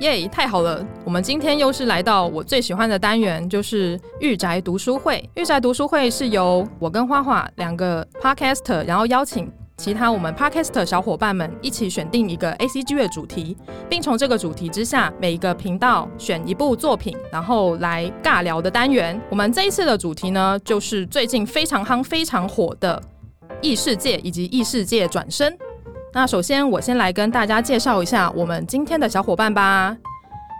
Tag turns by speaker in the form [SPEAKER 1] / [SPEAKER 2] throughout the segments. [SPEAKER 1] 耶太好了！我们今天又是来到我最喜欢的单元，就是御宅读书会。御宅读书会是由我跟花花两个 podcaster，然后邀请其他我们 podcaster 小伙伴们一起选定一个 A C G 的主题，并从这个主题之下，每一个频道选一部作品，然后来尬聊的单元。我们这一次的主题呢，就是最近非常夯、非常火的异世界以及异世界转身。那首先，我先来跟大家介绍一下我们今天的小伙伴吧。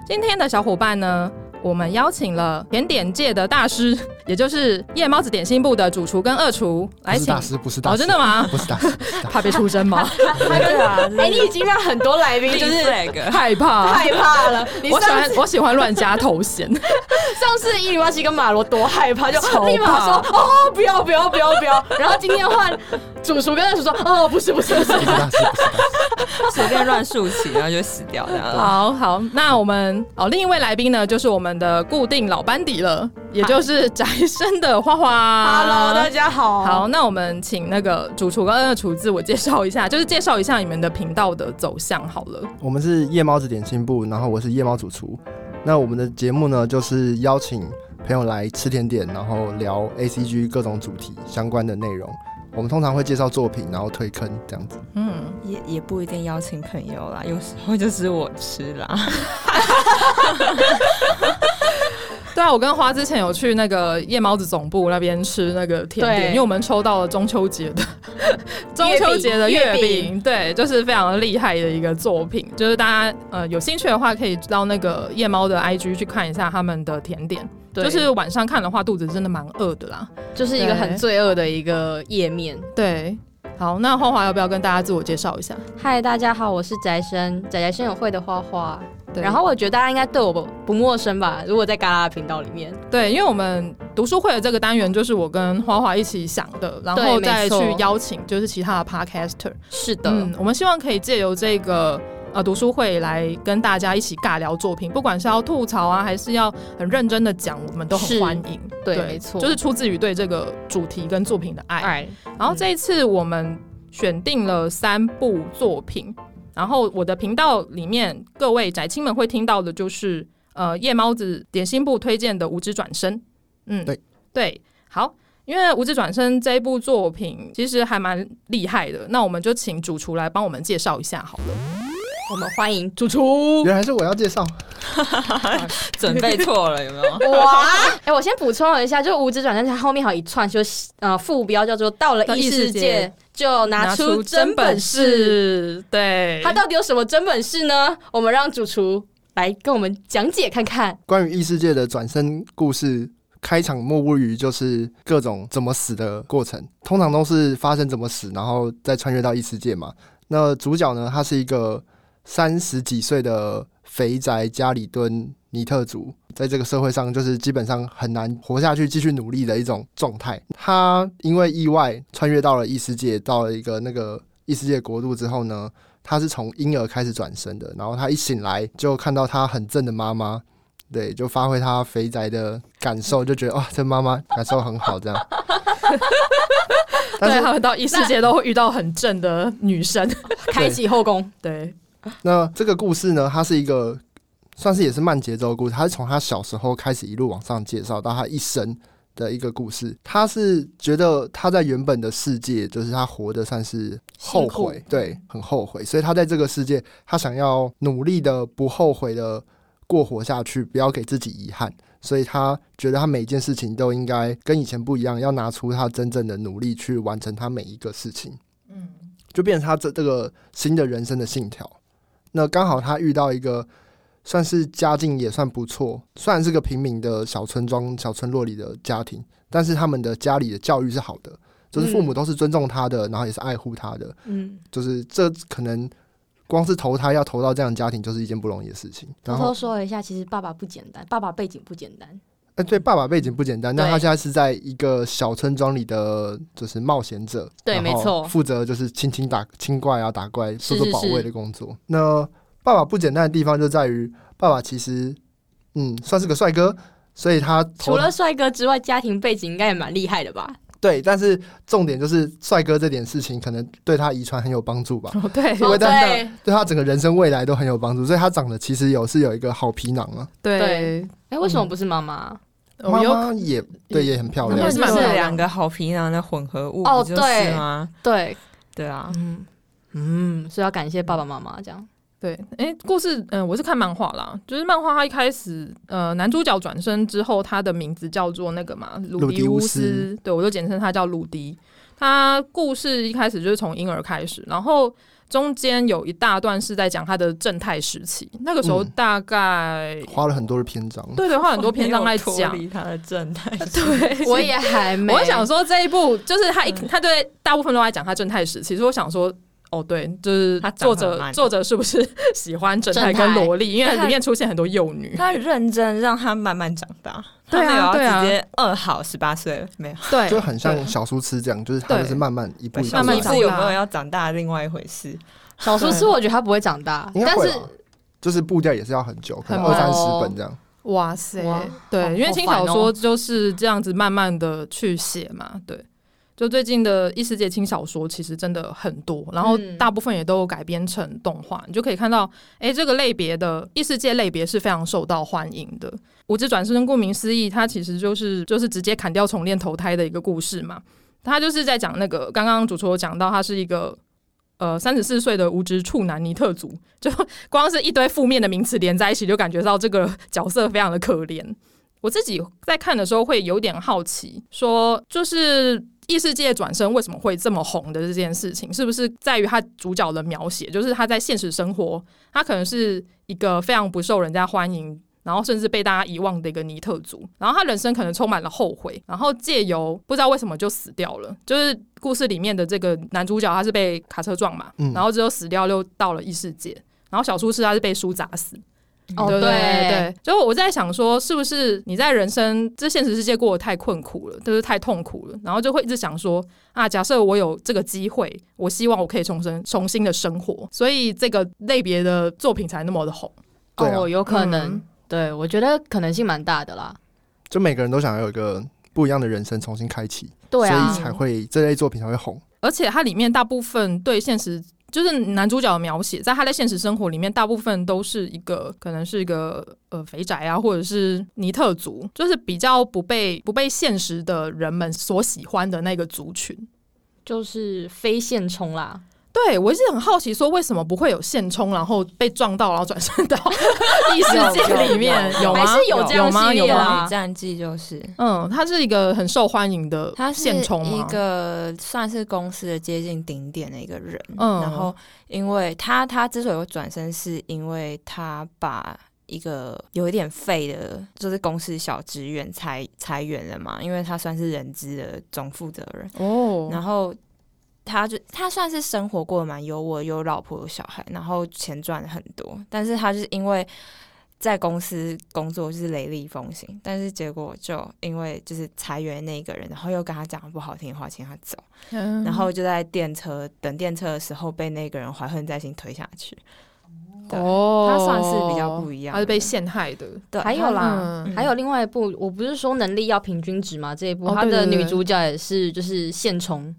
[SPEAKER 1] 今天的小伙伴呢，我们邀请了甜点界的大师， 也就是夜猫子点心部的主厨跟二厨来
[SPEAKER 2] 不是
[SPEAKER 1] 请
[SPEAKER 2] 大。师，不是大师，
[SPEAKER 1] 哦，真的吗？
[SPEAKER 2] 不是大师，不是大 师
[SPEAKER 1] 怕被出声 吗？
[SPEAKER 3] 对啊，哎、你已经让很多来宾就是
[SPEAKER 1] 害 怕。
[SPEAKER 3] 害怕了。你
[SPEAKER 1] 我喜
[SPEAKER 3] 上
[SPEAKER 1] 欢我喜欢乱加头衔，
[SPEAKER 3] 上次伊里瓦西跟马罗多害怕，就
[SPEAKER 1] 超怕
[SPEAKER 3] 立马说哦不要不要不要不要。 然后今天换主厨跟二厨说哦不是不是不是
[SPEAKER 2] 不。是大师，不是大师。
[SPEAKER 4] 随便乱竖起，然后就死掉这样。
[SPEAKER 1] 好好，那我们哦，另一位来宾呢，就是我们的固定老班底了，也就是宅生的花花。
[SPEAKER 3] Hello，大家好。
[SPEAKER 1] 啊好，那我们请那个主厨跟二厨自我介绍一下，就是介绍一下你们的频道的走向好了。
[SPEAKER 2] 我们是夜猫子点心部，然后我是夜猫主厨。那我们的节目呢，就是邀请朋友来吃甜点，然后聊 A C G 各种主题相关的内容。我们通常会介绍作品，然后推坑这样子。
[SPEAKER 1] 嗯，
[SPEAKER 4] 也也不一定邀请朋友啦，有时候就是我吃啦。
[SPEAKER 1] 对啊，我跟花之前有去那个夜猫子总部那边吃那个甜点，
[SPEAKER 3] 对
[SPEAKER 1] 因为我们抽到了中秋节的 中秋节的月
[SPEAKER 3] 月饼
[SPEAKER 1] 饼，对，就是非常厉害的一个作品。就是大家呃有兴趣的话，可以到那个夜猫的 IG 去看一下他们的甜点。
[SPEAKER 3] 对
[SPEAKER 1] 就是晚上看的话，肚子真的蛮饿的啦。
[SPEAKER 3] 就是
[SPEAKER 1] 一个很
[SPEAKER 3] 罪恶的一个页面。
[SPEAKER 1] 对，好，那花花要不要跟大家自我介绍一下？
[SPEAKER 5] 嗨，大家好，我是宅生，宅宅生友会的花花。
[SPEAKER 1] 对
[SPEAKER 5] 然后我觉得大家应该对我不不陌生吧？如果在嘎啦的频道里面，
[SPEAKER 1] 对，因为我们读书会的这个单元就是我跟花花一起想的，然后
[SPEAKER 5] 对
[SPEAKER 1] 再
[SPEAKER 5] 没
[SPEAKER 1] 去
[SPEAKER 5] 错
[SPEAKER 1] 邀请就是其他的 podcaster。
[SPEAKER 5] 是的，
[SPEAKER 1] 嗯，我们希望可以借由这个呃读书会来跟大家一起尬聊作品，不管是要吐槽啊，还是要很认真的讲，我们都很
[SPEAKER 5] 是
[SPEAKER 1] 欢迎。
[SPEAKER 5] 对没错
[SPEAKER 1] 就是出自于对这个主题跟作品的爱。
[SPEAKER 5] 哎，
[SPEAKER 1] 然后这一次我们选定了三部作品，然后我的频道里面各位宅青们会听到的就是呃夜猫子点心部推荐的《无知转身》，嗯，
[SPEAKER 2] 对
[SPEAKER 1] 对，好。因为《无知转身》这一部作品其实还蛮厉害的，那我们就请主厨来帮我们介绍一下好了。
[SPEAKER 5] 我们欢迎
[SPEAKER 1] 主厨，
[SPEAKER 2] 原来是我要介绍，
[SPEAKER 4] 准备错了有没 有？
[SPEAKER 5] 哇！ 哎、我先补充一下，就是五指转身，它后面还有一串，就是呃副标叫做“到了
[SPEAKER 1] 到异
[SPEAKER 5] 异
[SPEAKER 1] 世
[SPEAKER 5] 世界
[SPEAKER 1] 界
[SPEAKER 5] 就拿出真本事
[SPEAKER 1] 事，对，”。
[SPEAKER 5] 它到底有什么真本事呢？我们让主厨来跟我们讲解看看。
[SPEAKER 2] 关于异世界的转身故事。开场莫过于就是各种怎么死的过程，通常都是发生怎么死，然后再穿越到异世界嘛。那主角呢，他是一个三十几岁的肥宅加里敦尼特族，在这个社会上就是基本上很难活下去、继续努力的一种状态。他因为意外穿越到了异世界，到了一个那个异世界国度之后呢，他是从婴儿开始转身的，然后他一醒来就看到他很正的妈妈。对，就发挥他肥宅的感受，就觉得哇、这妈妈感受很好，这样。 但
[SPEAKER 1] 对
[SPEAKER 2] 是
[SPEAKER 1] 他们到异世界都会遇到很正的女 生，
[SPEAKER 5] 开启后宫，
[SPEAKER 1] 对，
[SPEAKER 2] 那这个故事呢，它是一个算是也是慢节奏的故事，它是从他小时候开始一路往上介绍到他一生的一个故事。他是觉得他在原本的世界，就是他活得算是后
[SPEAKER 1] 辛
[SPEAKER 2] 悔
[SPEAKER 1] 苦，
[SPEAKER 2] 对，很后悔，所以他在这个世界，他想要努力的不后悔的过活下去，不要给自己遗憾。所以他觉得他每一件事情都应该跟以前不一样，要拿出他真正的努力去完成他每一个事情。
[SPEAKER 1] 嗯，
[SPEAKER 2] 就变成他这这个新的人生的信条。那刚好他遇到一个算是家境也算不错，虽然是个平民的小村庄、小村落里的家庭，但是他们的家里的教育是好的，就是父母都是尊重他的，然后也是爱护他的，
[SPEAKER 5] 嗯，
[SPEAKER 2] 就是这可能光是投胎要投到这样的家庭就是一件不容易的事情。然
[SPEAKER 5] 偷
[SPEAKER 2] 后
[SPEAKER 5] 偷，说一下，其实爸爸不简单，爸爸背景不简单。
[SPEAKER 2] 哎、对，爸爸背景不简单，那
[SPEAKER 5] 对
[SPEAKER 2] 他现在是在一个小村庄里的，就是冒险者，
[SPEAKER 5] 对
[SPEAKER 2] 然后
[SPEAKER 5] 没错
[SPEAKER 2] 负责就是清清打清怪啊，打怪做
[SPEAKER 5] 是
[SPEAKER 2] 做
[SPEAKER 5] 是
[SPEAKER 2] 保
[SPEAKER 5] 是
[SPEAKER 2] 卫的工作。那爸爸不简单的地方就在于，爸爸其实嗯算是个帅哥，所以他投
[SPEAKER 5] 除了帅哥之外，家庭背景应该也蛮厉害的吧？
[SPEAKER 2] 对，但是重点就是帅哥这点事情，可能对他遗传很有帮助吧，
[SPEAKER 1] 哦， 对
[SPEAKER 2] 因为他
[SPEAKER 5] 对，
[SPEAKER 2] 对他整个人生未来都很有帮助，所以他长得其实有是有一个好皮囊啊。
[SPEAKER 1] 对
[SPEAKER 5] 对，哎，为什么不是妈妈？
[SPEAKER 1] 我
[SPEAKER 2] 妈
[SPEAKER 1] 有
[SPEAKER 2] 妈也对，也很漂
[SPEAKER 1] 妈
[SPEAKER 4] 那
[SPEAKER 1] 妈
[SPEAKER 2] 亮
[SPEAKER 4] 不
[SPEAKER 1] 是
[SPEAKER 4] 就
[SPEAKER 1] 蛮
[SPEAKER 4] 是
[SPEAKER 1] 漂亮的
[SPEAKER 4] 两个好皮囊的混合物，
[SPEAKER 5] 哦
[SPEAKER 4] 不就是吗？
[SPEAKER 5] 对，
[SPEAKER 4] 对啊，
[SPEAKER 5] 嗯嗯，所以要感谢爸爸妈妈这样。
[SPEAKER 1] 对，哎、故事，嗯、我是看漫画啦，就是漫画它一开始，呃，男主角转身之后，他的名字叫做那个嘛，鲁
[SPEAKER 2] 鲁
[SPEAKER 1] 迪
[SPEAKER 2] 迪乌
[SPEAKER 1] 斯，
[SPEAKER 2] 斯
[SPEAKER 1] 对我就简称他叫鲁迪。他故事一开始就是从婴儿开始，然后中间有一大段是在讲他的正太时期，那个时候
[SPEAKER 2] 嗯
[SPEAKER 1] 大概、
[SPEAKER 2] 花了很多的篇章。
[SPEAKER 1] 对的话很多篇章在
[SPEAKER 4] 我没有
[SPEAKER 1] 讲
[SPEAKER 4] 脱，离他的正太，
[SPEAKER 1] 对，
[SPEAKER 5] 我也还没，
[SPEAKER 1] 我想说这一部就是他一他对大部分都在讲他正太时期，所以我想说。哦，对，就是
[SPEAKER 4] 他长
[SPEAKER 1] 作
[SPEAKER 4] 得
[SPEAKER 1] 者
[SPEAKER 4] 很慢
[SPEAKER 1] 作者是不是喜欢正太跟萝莉？因为里面出现很多幼女。
[SPEAKER 4] 他认真让他慢慢长大，
[SPEAKER 1] 对啊
[SPEAKER 4] 他没
[SPEAKER 1] 对
[SPEAKER 4] 有
[SPEAKER 1] 啊
[SPEAKER 4] 要直接二好十八岁了没有？
[SPEAKER 1] 对
[SPEAKER 2] 就很像小书痴这样，就是他
[SPEAKER 1] 对
[SPEAKER 2] 就是慢慢一步一步
[SPEAKER 1] 慢慢
[SPEAKER 2] 来
[SPEAKER 1] 长
[SPEAKER 4] 是有没有要长大的另外一回事。
[SPEAKER 5] 小说是我觉得他不会长大，
[SPEAKER 2] 应该
[SPEAKER 5] 但
[SPEAKER 2] 会
[SPEAKER 5] 是
[SPEAKER 2] 啦就是步调也是要很久，可能
[SPEAKER 1] 很
[SPEAKER 2] 二
[SPEAKER 1] 慢
[SPEAKER 2] 三
[SPEAKER 5] 哦
[SPEAKER 2] 十本这样。
[SPEAKER 1] 哇塞
[SPEAKER 5] 哇好
[SPEAKER 1] 对，因为轻小
[SPEAKER 5] 好烦
[SPEAKER 1] 说
[SPEAKER 5] 哦
[SPEAKER 1] 就是这样子慢慢的去写嘛，对。就最近的异世界轻小说其实真的很多，然后
[SPEAKER 5] 嗯
[SPEAKER 1] 大部分也都有改编成动画，你就可以看到，哎、这个类别的异世界类别是非常受到欢迎的。《无职转生》顾名思义，它其实就是就是直接砍掉重练投胎的一个故事嘛。它就是在讲那个刚刚主持有讲到，他是一个呃三十四岁的无职处男尼特族，就 光是一堆负面的名词连在一起，就感觉到这个角色非常的可怜。我自己在看的时候会有点好奇，说就是异世界转身为什么会这么红的这件事情，是不是在于他主角的描写？就是他在现实生活，他可能是一个非常不受人家欢迎。然后甚至被大家遗忘的一个尼特族，然后他人生可能充满了后悔，然后借由不知道为什么就死掉了。就是故事里面的这个男主角，他是被卡车撞嘛，
[SPEAKER 2] 嗯
[SPEAKER 1] 然后之后死掉，又到了异世界。然后小苏是他是被书砸死，
[SPEAKER 5] 哦
[SPEAKER 1] 对
[SPEAKER 5] 对
[SPEAKER 1] 不对，所以我在想说，是不是你在人生这现实世界过得太困苦了，就是太痛苦了，然后就会一直想说啊，假设我有这个机会，我希望我可以重生，重新的生活，所以这个类别的作品才那么的红。
[SPEAKER 2] 对啊
[SPEAKER 5] 哦，有可能
[SPEAKER 1] 嗯，
[SPEAKER 5] 对我觉得可能性蛮大的啦。
[SPEAKER 2] 就每个人都想要有一个不一样的人生重新开启，
[SPEAKER 5] 对啊
[SPEAKER 2] 所以，才会这类作品才会红。
[SPEAKER 1] 而且它里面大部分对现实，就是男主角的描写，在他在现实生活里面，大部分都是一个可能是一个呃肥宅啊，或者是尼特族，就是比较不被不被现实的人们所喜欢的那个族群。
[SPEAKER 5] 就是非现充啦，
[SPEAKER 1] 对我一直很好奇，说为什么不会有现充，然后被撞到，然后转身到 异世界里面
[SPEAKER 4] 有有有
[SPEAKER 1] 有吗？
[SPEAKER 5] 还是有这样
[SPEAKER 1] 有吗？
[SPEAKER 5] 系
[SPEAKER 1] 有
[SPEAKER 5] 列
[SPEAKER 1] 吗？
[SPEAKER 5] 啦
[SPEAKER 4] 《战记》就是
[SPEAKER 1] 嗯，它是一个很受欢迎的
[SPEAKER 4] 他是
[SPEAKER 1] 现充
[SPEAKER 4] 一
[SPEAKER 1] 吗？
[SPEAKER 4] 个算是公司的接近顶点的一个人，
[SPEAKER 1] 嗯
[SPEAKER 4] 然后因为他他之所以会转身，是因为他把一个有一点废的，就是公司小职员裁裁员了嘛，因为他算是人资的总负责人，
[SPEAKER 1] 哦
[SPEAKER 4] 然后。他就他算是生活过得蛮优渥，有老婆有小孩，然后钱赚了很多，但是他就是因为在公司工作就是雷厉风行，但是结果就因为就是裁员那个人，然后又跟他讲不好听的话，请他走，
[SPEAKER 1] 然
[SPEAKER 4] 然后就在电车等电车的时候被那个人怀恨在心推下去，对
[SPEAKER 1] 哦，
[SPEAKER 4] 他算是比较不一样
[SPEAKER 1] 他是被
[SPEAKER 4] 的
[SPEAKER 1] 陷害的。
[SPEAKER 4] 对，
[SPEAKER 5] 还有
[SPEAKER 4] 他
[SPEAKER 5] 啦，
[SPEAKER 1] 嗯
[SPEAKER 5] 还有另外一部，我不是说能力要平均值嘛，这一部
[SPEAKER 1] 哦
[SPEAKER 5] 她、
[SPEAKER 1] 对
[SPEAKER 5] 的
[SPEAKER 1] 对对
[SPEAKER 5] 女主角也是就是现充，
[SPEAKER 1] 嗯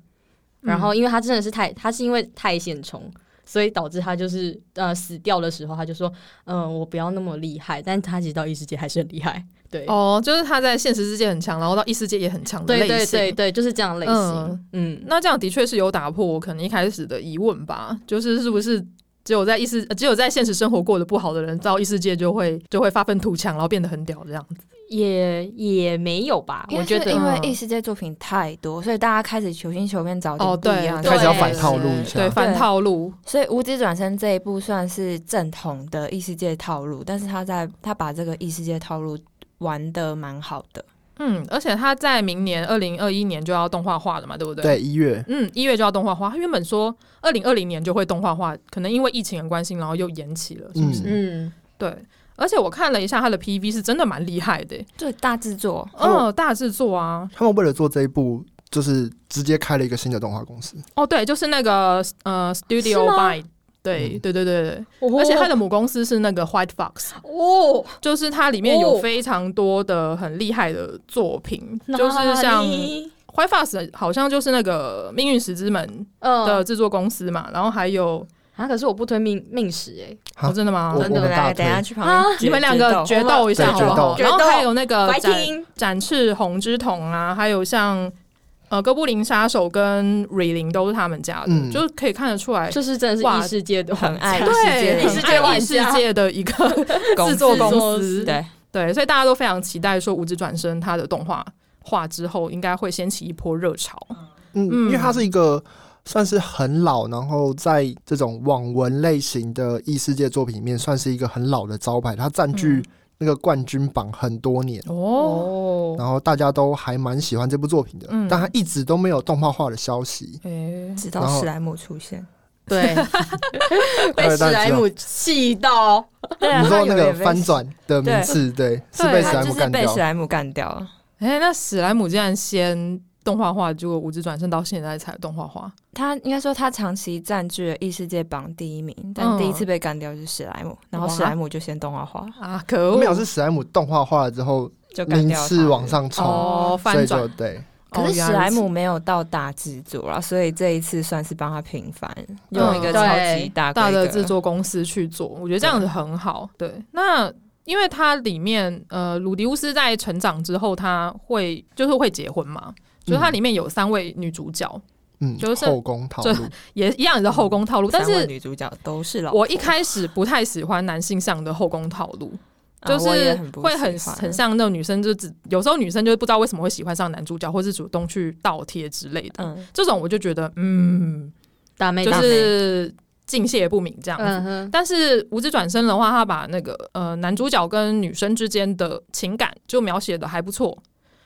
[SPEAKER 5] 然后因为她真的是太，她是因为太现充。所以导致她就是呃死掉的时候，她就说，嗯、我不要那么厉害，但她其实到异世界还是很厉害，对，
[SPEAKER 1] 哦，就是他在现实世界很强，然后到异世界也很强的类
[SPEAKER 5] 对
[SPEAKER 1] 型。
[SPEAKER 5] 对对对，就是这样的类型，嗯，
[SPEAKER 1] 那这样的确是有打破我可能一开始的疑问吧，就是是不是只有在异世，呃只有在现实生活过得不好的人，到异世界就会就会发愤图强，然后变得很屌这样子。
[SPEAKER 5] 也也没有吧，
[SPEAKER 4] 因
[SPEAKER 5] 我
[SPEAKER 4] 为
[SPEAKER 5] 觉
[SPEAKER 4] 是
[SPEAKER 5] 得
[SPEAKER 4] 因为
[SPEAKER 1] 嗯
[SPEAKER 4] 异世界作品太多，所以大家开始求新求变，找
[SPEAKER 1] 哦
[SPEAKER 4] 点不
[SPEAKER 1] 对
[SPEAKER 4] 一样的，
[SPEAKER 2] 开始要
[SPEAKER 5] 对
[SPEAKER 2] 反套路一下，
[SPEAKER 1] 对，反套路。
[SPEAKER 4] 所以《无职转身》这一部算是正统的异世界套路，但是他在他把这个异世界套路玩的蛮好的，
[SPEAKER 1] 嗯，而且他在明年二零二一年就要动画化了嘛，对不对？。
[SPEAKER 2] 对，一月
[SPEAKER 1] 嗯，一月就要动画化。他原本说二零二零年就会动画化，可能因为疫情的关系，然后又延期了，是不是？
[SPEAKER 2] 嗯
[SPEAKER 5] 嗯，
[SPEAKER 1] 对。而且我看了一下他的 PV，是真的蛮厉害的、
[SPEAKER 4] 对，大制作，
[SPEAKER 1] 哦，大制作啊，
[SPEAKER 2] 他们为了做这一部，就是直接开了一个新的动画公司。
[SPEAKER 1] 哦，对，就是那个呃，Studio
[SPEAKER 5] 是吗
[SPEAKER 1] by，对
[SPEAKER 2] 嗯
[SPEAKER 1] 对对对
[SPEAKER 5] 哦
[SPEAKER 1] 对，而且它的母公司是那个 White Fox，
[SPEAKER 5] 哦，
[SPEAKER 1] 就是它里面有
[SPEAKER 5] 哦
[SPEAKER 1] 非常多的很厉害的作品，就是像 White Fox 好像就是那个《命运石之门》的
[SPEAKER 5] 呃
[SPEAKER 1] 制作公司嘛，然后还有
[SPEAKER 5] 啊，可是我不推命命史哎、
[SPEAKER 2] 啊
[SPEAKER 1] 哦，真的吗
[SPEAKER 2] 我？
[SPEAKER 4] 真的
[SPEAKER 2] 们大
[SPEAKER 4] 来，
[SPEAKER 2] 推
[SPEAKER 4] 等一下去旁
[SPEAKER 5] 啊
[SPEAKER 4] 边
[SPEAKER 1] 你们两个决
[SPEAKER 4] 斗
[SPEAKER 1] 斗一下
[SPEAKER 2] 对
[SPEAKER 1] 好不好？
[SPEAKER 4] 决
[SPEAKER 1] 然
[SPEAKER 4] 斗
[SPEAKER 1] 后还有那
[SPEAKER 5] 呃
[SPEAKER 1] 个展
[SPEAKER 4] fighting
[SPEAKER 1] 展翅红之瞳啊，还有像呃哥布林杀手跟蕊林都是他们家的，
[SPEAKER 2] 嗯
[SPEAKER 1] 就是可以看得出来，
[SPEAKER 5] 就是真的是
[SPEAKER 1] 哇
[SPEAKER 5] 异世界的
[SPEAKER 4] 很爱
[SPEAKER 5] 玩家
[SPEAKER 1] 对，
[SPEAKER 4] 异
[SPEAKER 1] 很
[SPEAKER 4] 世
[SPEAKER 5] 界
[SPEAKER 1] 爱异
[SPEAKER 5] 玩
[SPEAKER 1] 世
[SPEAKER 5] 家
[SPEAKER 1] 界的一个 制作公司，
[SPEAKER 4] 对，
[SPEAKER 1] 对，所以大家都非常期待说《无职转身》它的动画化之后，应该会掀起一波热潮。
[SPEAKER 2] 嗯，
[SPEAKER 1] 嗯
[SPEAKER 2] 因为它是一个算是很老，然后在这种网文类型的异世界作品里面，算是一个很老的招牌，它占据那个冠军榜很多年，
[SPEAKER 1] 哦，
[SPEAKER 5] 哦，
[SPEAKER 2] 然后大家都还蛮喜欢这部作品的，
[SPEAKER 1] 嗯
[SPEAKER 2] 但它一直都没有动画化的消息。
[SPEAKER 1] 诶，
[SPEAKER 4] 直到
[SPEAKER 2] 然后
[SPEAKER 4] 史莱姆出现，
[SPEAKER 1] 对，
[SPEAKER 5] 被史莱姆气到，
[SPEAKER 4] 对啊
[SPEAKER 2] 你说那个翻转的名次，对，是
[SPEAKER 1] 对
[SPEAKER 2] 被史
[SPEAKER 4] 他
[SPEAKER 2] 莱
[SPEAKER 4] 就
[SPEAKER 2] 姆
[SPEAKER 4] 是
[SPEAKER 2] 干
[SPEAKER 4] 被
[SPEAKER 2] 掉
[SPEAKER 4] 史。莱姆干掉了。
[SPEAKER 1] 哎，那史莱姆竟然先动画化，结果《无职转身》到现在才动画化。
[SPEAKER 4] 他应该说他长期占据了异世界榜第一名，但
[SPEAKER 1] 嗯
[SPEAKER 4] 第一次被干掉就是史莱姆，然后史莱姆就先动画化，
[SPEAKER 1] 啊，可恶！
[SPEAKER 2] 没有是史莱姆动画化了之后，
[SPEAKER 4] 就干
[SPEAKER 2] 名
[SPEAKER 4] 掉了他
[SPEAKER 2] 次往。上冲，
[SPEAKER 1] 哦，
[SPEAKER 2] 所
[SPEAKER 1] 翻
[SPEAKER 2] 以就
[SPEAKER 1] 转。
[SPEAKER 2] 对，
[SPEAKER 4] 可是
[SPEAKER 1] 哦
[SPEAKER 4] 史莱，
[SPEAKER 1] 原来如
[SPEAKER 4] 姆
[SPEAKER 1] 此
[SPEAKER 4] 没有到大制作啦，所以这一次算是帮他平反，
[SPEAKER 1] 嗯
[SPEAKER 4] 用一个超级大
[SPEAKER 1] 大
[SPEAKER 4] 规格
[SPEAKER 1] 的制。作公司去做，我觉得这样子很好。对，那因为它里面呃，鲁迪乌斯在成长之后，他会就是会结婚嘛，
[SPEAKER 4] 嗯
[SPEAKER 1] 就是它里面有三位女主角，
[SPEAKER 2] 嗯，
[SPEAKER 1] 就是
[SPEAKER 2] 后宫套
[SPEAKER 1] 就
[SPEAKER 2] 路，
[SPEAKER 1] 也一样的后宫套路，但
[SPEAKER 4] 三位
[SPEAKER 1] 是
[SPEAKER 4] 女主角都是老婆，
[SPEAKER 1] 我一开始不太喜欢男性向的后宫套路，
[SPEAKER 4] 啊
[SPEAKER 1] 就
[SPEAKER 4] 我也
[SPEAKER 1] 是
[SPEAKER 4] 不
[SPEAKER 1] 会很
[SPEAKER 4] 喜欢
[SPEAKER 1] 很像那种女生，就只有时候女生就是不知道为什么会喜欢上男主角，或是主动去倒贴之类的。
[SPEAKER 4] 嗯，
[SPEAKER 1] 这种我就觉得，嗯，
[SPEAKER 5] 大妹
[SPEAKER 1] 就
[SPEAKER 5] 大妹
[SPEAKER 1] 是敬谢不敏这样子。
[SPEAKER 5] 嗯哼，
[SPEAKER 1] 但是无职转身的话，他把那个呃男主角跟女生之间的情感就描写的还不错，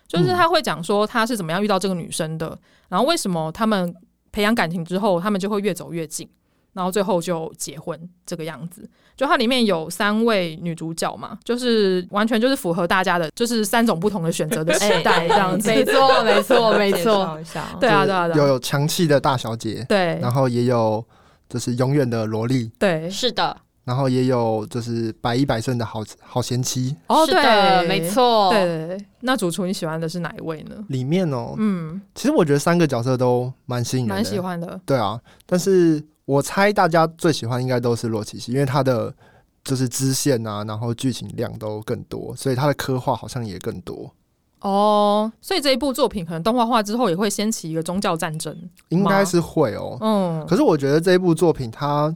[SPEAKER 1] 就是他会讲说他是怎么样遇到这个女生的，然后为什么他们培养感情之后，他们就会越走越近，然后最后就结婚这个样子。就它里面有三位女主角嘛，就是完全就是符合大家的，就是三种不同的选择的时代这样子。
[SPEAKER 5] 没错没错没
[SPEAKER 4] 介
[SPEAKER 5] 错，
[SPEAKER 4] 绍一下哦，
[SPEAKER 1] 对啊，对啊，
[SPEAKER 2] 有
[SPEAKER 1] 对啊，
[SPEAKER 2] 有强气的大小姐，
[SPEAKER 1] 对
[SPEAKER 2] 然后也有就是永远的萝莉，
[SPEAKER 1] 对，
[SPEAKER 5] 是的，
[SPEAKER 2] 然后也有就是百依百顺的好好贤妻。
[SPEAKER 1] 哦，
[SPEAKER 5] 是的，
[SPEAKER 1] 对，
[SPEAKER 5] 没。错，
[SPEAKER 1] 对对对，那主厨你喜欢的是哪一位呢？
[SPEAKER 2] 里面哦，
[SPEAKER 1] 嗯，
[SPEAKER 2] 其实我觉得三个角色都蛮吸引人的，
[SPEAKER 1] 蛮喜。欢的。
[SPEAKER 2] 对啊，但是我猜大家最喜欢应该都是洛奇西，因为他的就是支线啊，然后剧情量都更多，所以他的刻画好像也更多。
[SPEAKER 1] 哦，所以这一部作品可能动画化之后也会掀起一个宗教战争。
[SPEAKER 2] 应该是会哦，
[SPEAKER 1] 嗯，
[SPEAKER 2] 可是我觉得这一部作品它，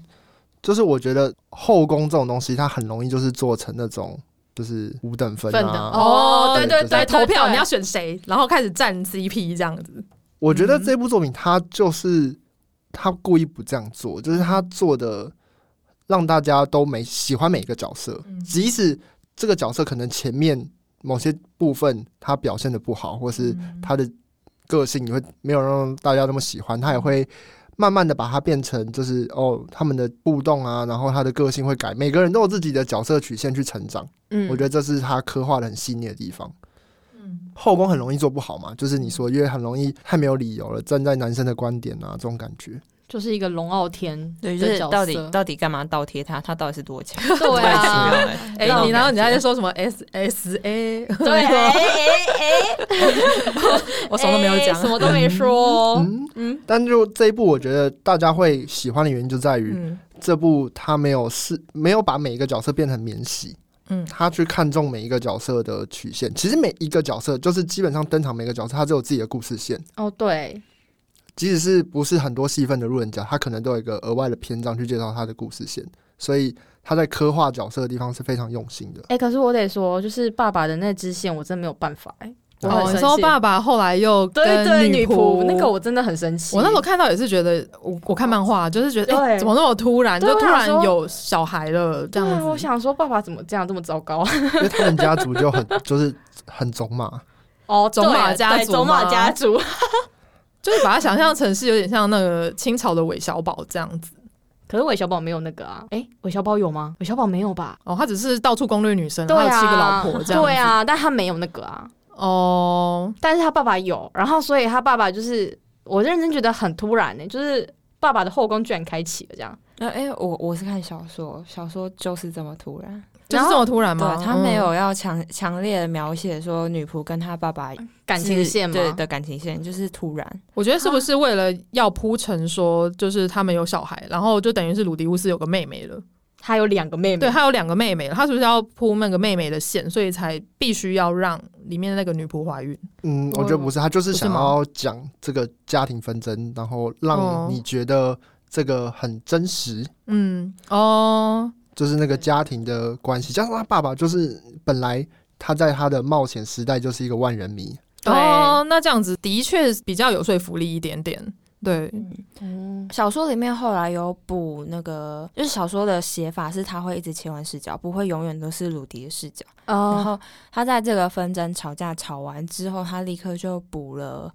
[SPEAKER 2] 就是我觉得后宫这种东西，它很容易就是做成那种就是五等分
[SPEAKER 5] 分的
[SPEAKER 2] 啊。
[SPEAKER 1] 哦，对对
[SPEAKER 2] 对
[SPEAKER 1] 对，
[SPEAKER 5] 对
[SPEAKER 1] 投票
[SPEAKER 5] 对
[SPEAKER 1] 你要选谁，然后开始站 CP 这样子。
[SPEAKER 2] 我觉得这部作品它就是它故意不这样做，就是它做的让大家都没喜欢每一个角色，
[SPEAKER 1] 嗯
[SPEAKER 2] 即使这个角色可能前面某些部分他表现的不好，或是他的个性你会没有让大家那么喜欢，他也会慢慢的把它变成就是哦他们的互动啊，然后他的个性会改，每个人都有自己的角色曲线去成长，
[SPEAKER 5] 嗯
[SPEAKER 2] 我觉得这是他刻画的很细腻的地方。
[SPEAKER 1] 嗯
[SPEAKER 2] 后宫很容易做不好嘛，就是你说，因为很容易太没有理由了，站在男生的观点啊，这种感觉。
[SPEAKER 5] 就是一个龙傲天
[SPEAKER 4] 对，
[SPEAKER 5] 的
[SPEAKER 4] 就是
[SPEAKER 5] 角色
[SPEAKER 4] 到底到底干嘛倒贴他？他到底是多 强？
[SPEAKER 5] 对啊
[SPEAKER 4] 太奇妙了
[SPEAKER 1] 哎、
[SPEAKER 4] 那种
[SPEAKER 1] 你然后
[SPEAKER 4] 感
[SPEAKER 1] 你
[SPEAKER 4] 觉
[SPEAKER 1] 还在说什么 S S A？
[SPEAKER 5] 对，
[SPEAKER 1] 我什么都没有讲
[SPEAKER 5] 哎什。么都没
[SPEAKER 1] 哦
[SPEAKER 5] 说，
[SPEAKER 2] 嗯嗯，但就这一部，我觉得大家会喜欢的原因就在于、
[SPEAKER 1] 嗯
[SPEAKER 2] 这部他没有是没有把每一个角色变成免洗，
[SPEAKER 1] 嗯
[SPEAKER 2] 他去看重每一个角色的曲线。其实每一个角色就是基本上登场每个角色，他都有自己的故事线，
[SPEAKER 5] 哦对，
[SPEAKER 2] 即使是不是很多戏份的路人甲，他可能都有一个额外的篇章去介绍他的故事线，所以他在刻画角色的地方是非常用心的。
[SPEAKER 5] 哎、可是我得说，就是爸爸的那支线，我真没有办法哎、我很
[SPEAKER 1] 哦，你
[SPEAKER 5] 生
[SPEAKER 1] 说
[SPEAKER 5] 气
[SPEAKER 1] 爸爸后来又
[SPEAKER 5] 对
[SPEAKER 1] 跟
[SPEAKER 5] 对
[SPEAKER 1] 女
[SPEAKER 5] 仆那个，我真的很生气。
[SPEAKER 1] 我那时候看到也是觉得，我我看漫画就是觉得，哎、
[SPEAKER 5] 对
[SPEAKER 1] 怎么那么突然，
[SPEAKER 5] 对
[SPEAKER 1] 就突
[SPEAKER 5] 我想
[SPEAKER 1] 然
[SPEAKER 5] 说
[SPEAKER 1] 有小孩了这
[SPEAKER 5] 对
[SPEAKER 1] 样
[SPEAKER 5] 啊，
[SPEAKER 1] 子。
[SPEAKER 5] 我想说爸爸怎么这样这么糟糕？啊
[SPEAKER 2] 因为他们家族就很就是很种马，
[SPEAKER 5] 哦，
[SPEAKER 1] 走马
[SPEAKER 5] 对
[SPEAKER 1] 家族
[SPEAKER 5] 对走马
[SPEAKER 1] 吗
[SPEAKER 5] 家族，
[SPEAKER 1] 就是把它想象成是有点像那个清朝的韦小宝这样子
[SPEAKER 5] 可是韦小宝没有那个啊，哎，韦小宝有吗？韦小宝没有吧？
[SPEAKER 1] 哦，他只是到处攻略女生，
[SPEAKER 5] 对
[SPEAKER 1] 然后有
[SPEAKER 5] 啊，
[SPEAKER 1] 七个老 婆这样子，
[SPEAKER 5] 对啊，但他没有那个啊，
[SPEAKER 1] 哦，
[SPEAKER 5] 但是他爸爸有，然后所以他爸爸就是我认真觉得很突然呢、就是爸爸的后宫居然开启了这样，
[SPEAKER 4] 呃，哎、我我是看小说，小说就是这么突然，
[SPEAKER 1] 就是这么突然吗？
[SPEAKER 4] 对啊他没
[SPEAKER 1] 嗯
[SPEAKER 4] 有要强强烈的描写说女仆跟她爸爸
[SPEAKER 5] 感情线嘛，
[SPEAKER 4] 对的感情线，就是突然。
[SPEAKER 1] 我觉得是不是为了要铺陈说，就是他们有小孩，然后就等于是鲁迪乌斯有个妹妹了，
[SPEAKER 5] 他有两个妹妹，
[SPEAKER 1] 对，他有两个妹妹了，他是不是要铺那个妹妹的线，所以才必须要让里面的那个女仆怀孕？
[SPEAKER 2] 嗯，我觉得不是，他就是
[SPEAKER 1] 不是
[SPEAKER 2] 想
[SPEAKER 1] 吗
[SPEAKER 2] 要讲这个家庭纷争，然后
[SPEAKER 1] 哦
[SPEAKER 2] 让你觉得这个很真实，
[SPEAKER 1] 嗯，哦，
[SPEAKER 2] 就是那个家庭的关系。加上他爸爸就是本来他在他的冒险时代就是一个万人迷，
[SPEAKER 5] 对
[SPEAKER 1] 哦，那这样子的确比较有说服力一点点。对，
[SPEAKER 5] 嗯，
[SPEAKER 4] 小说里面后来有补那个，就是小说的写法是他会一直切换视角，不会永远都是鲁迪的视角。然
[SPEAKER 5] 哦，
[SPEAKER 4] 后他在这个纷争吵架吵完之后，他立刻就补了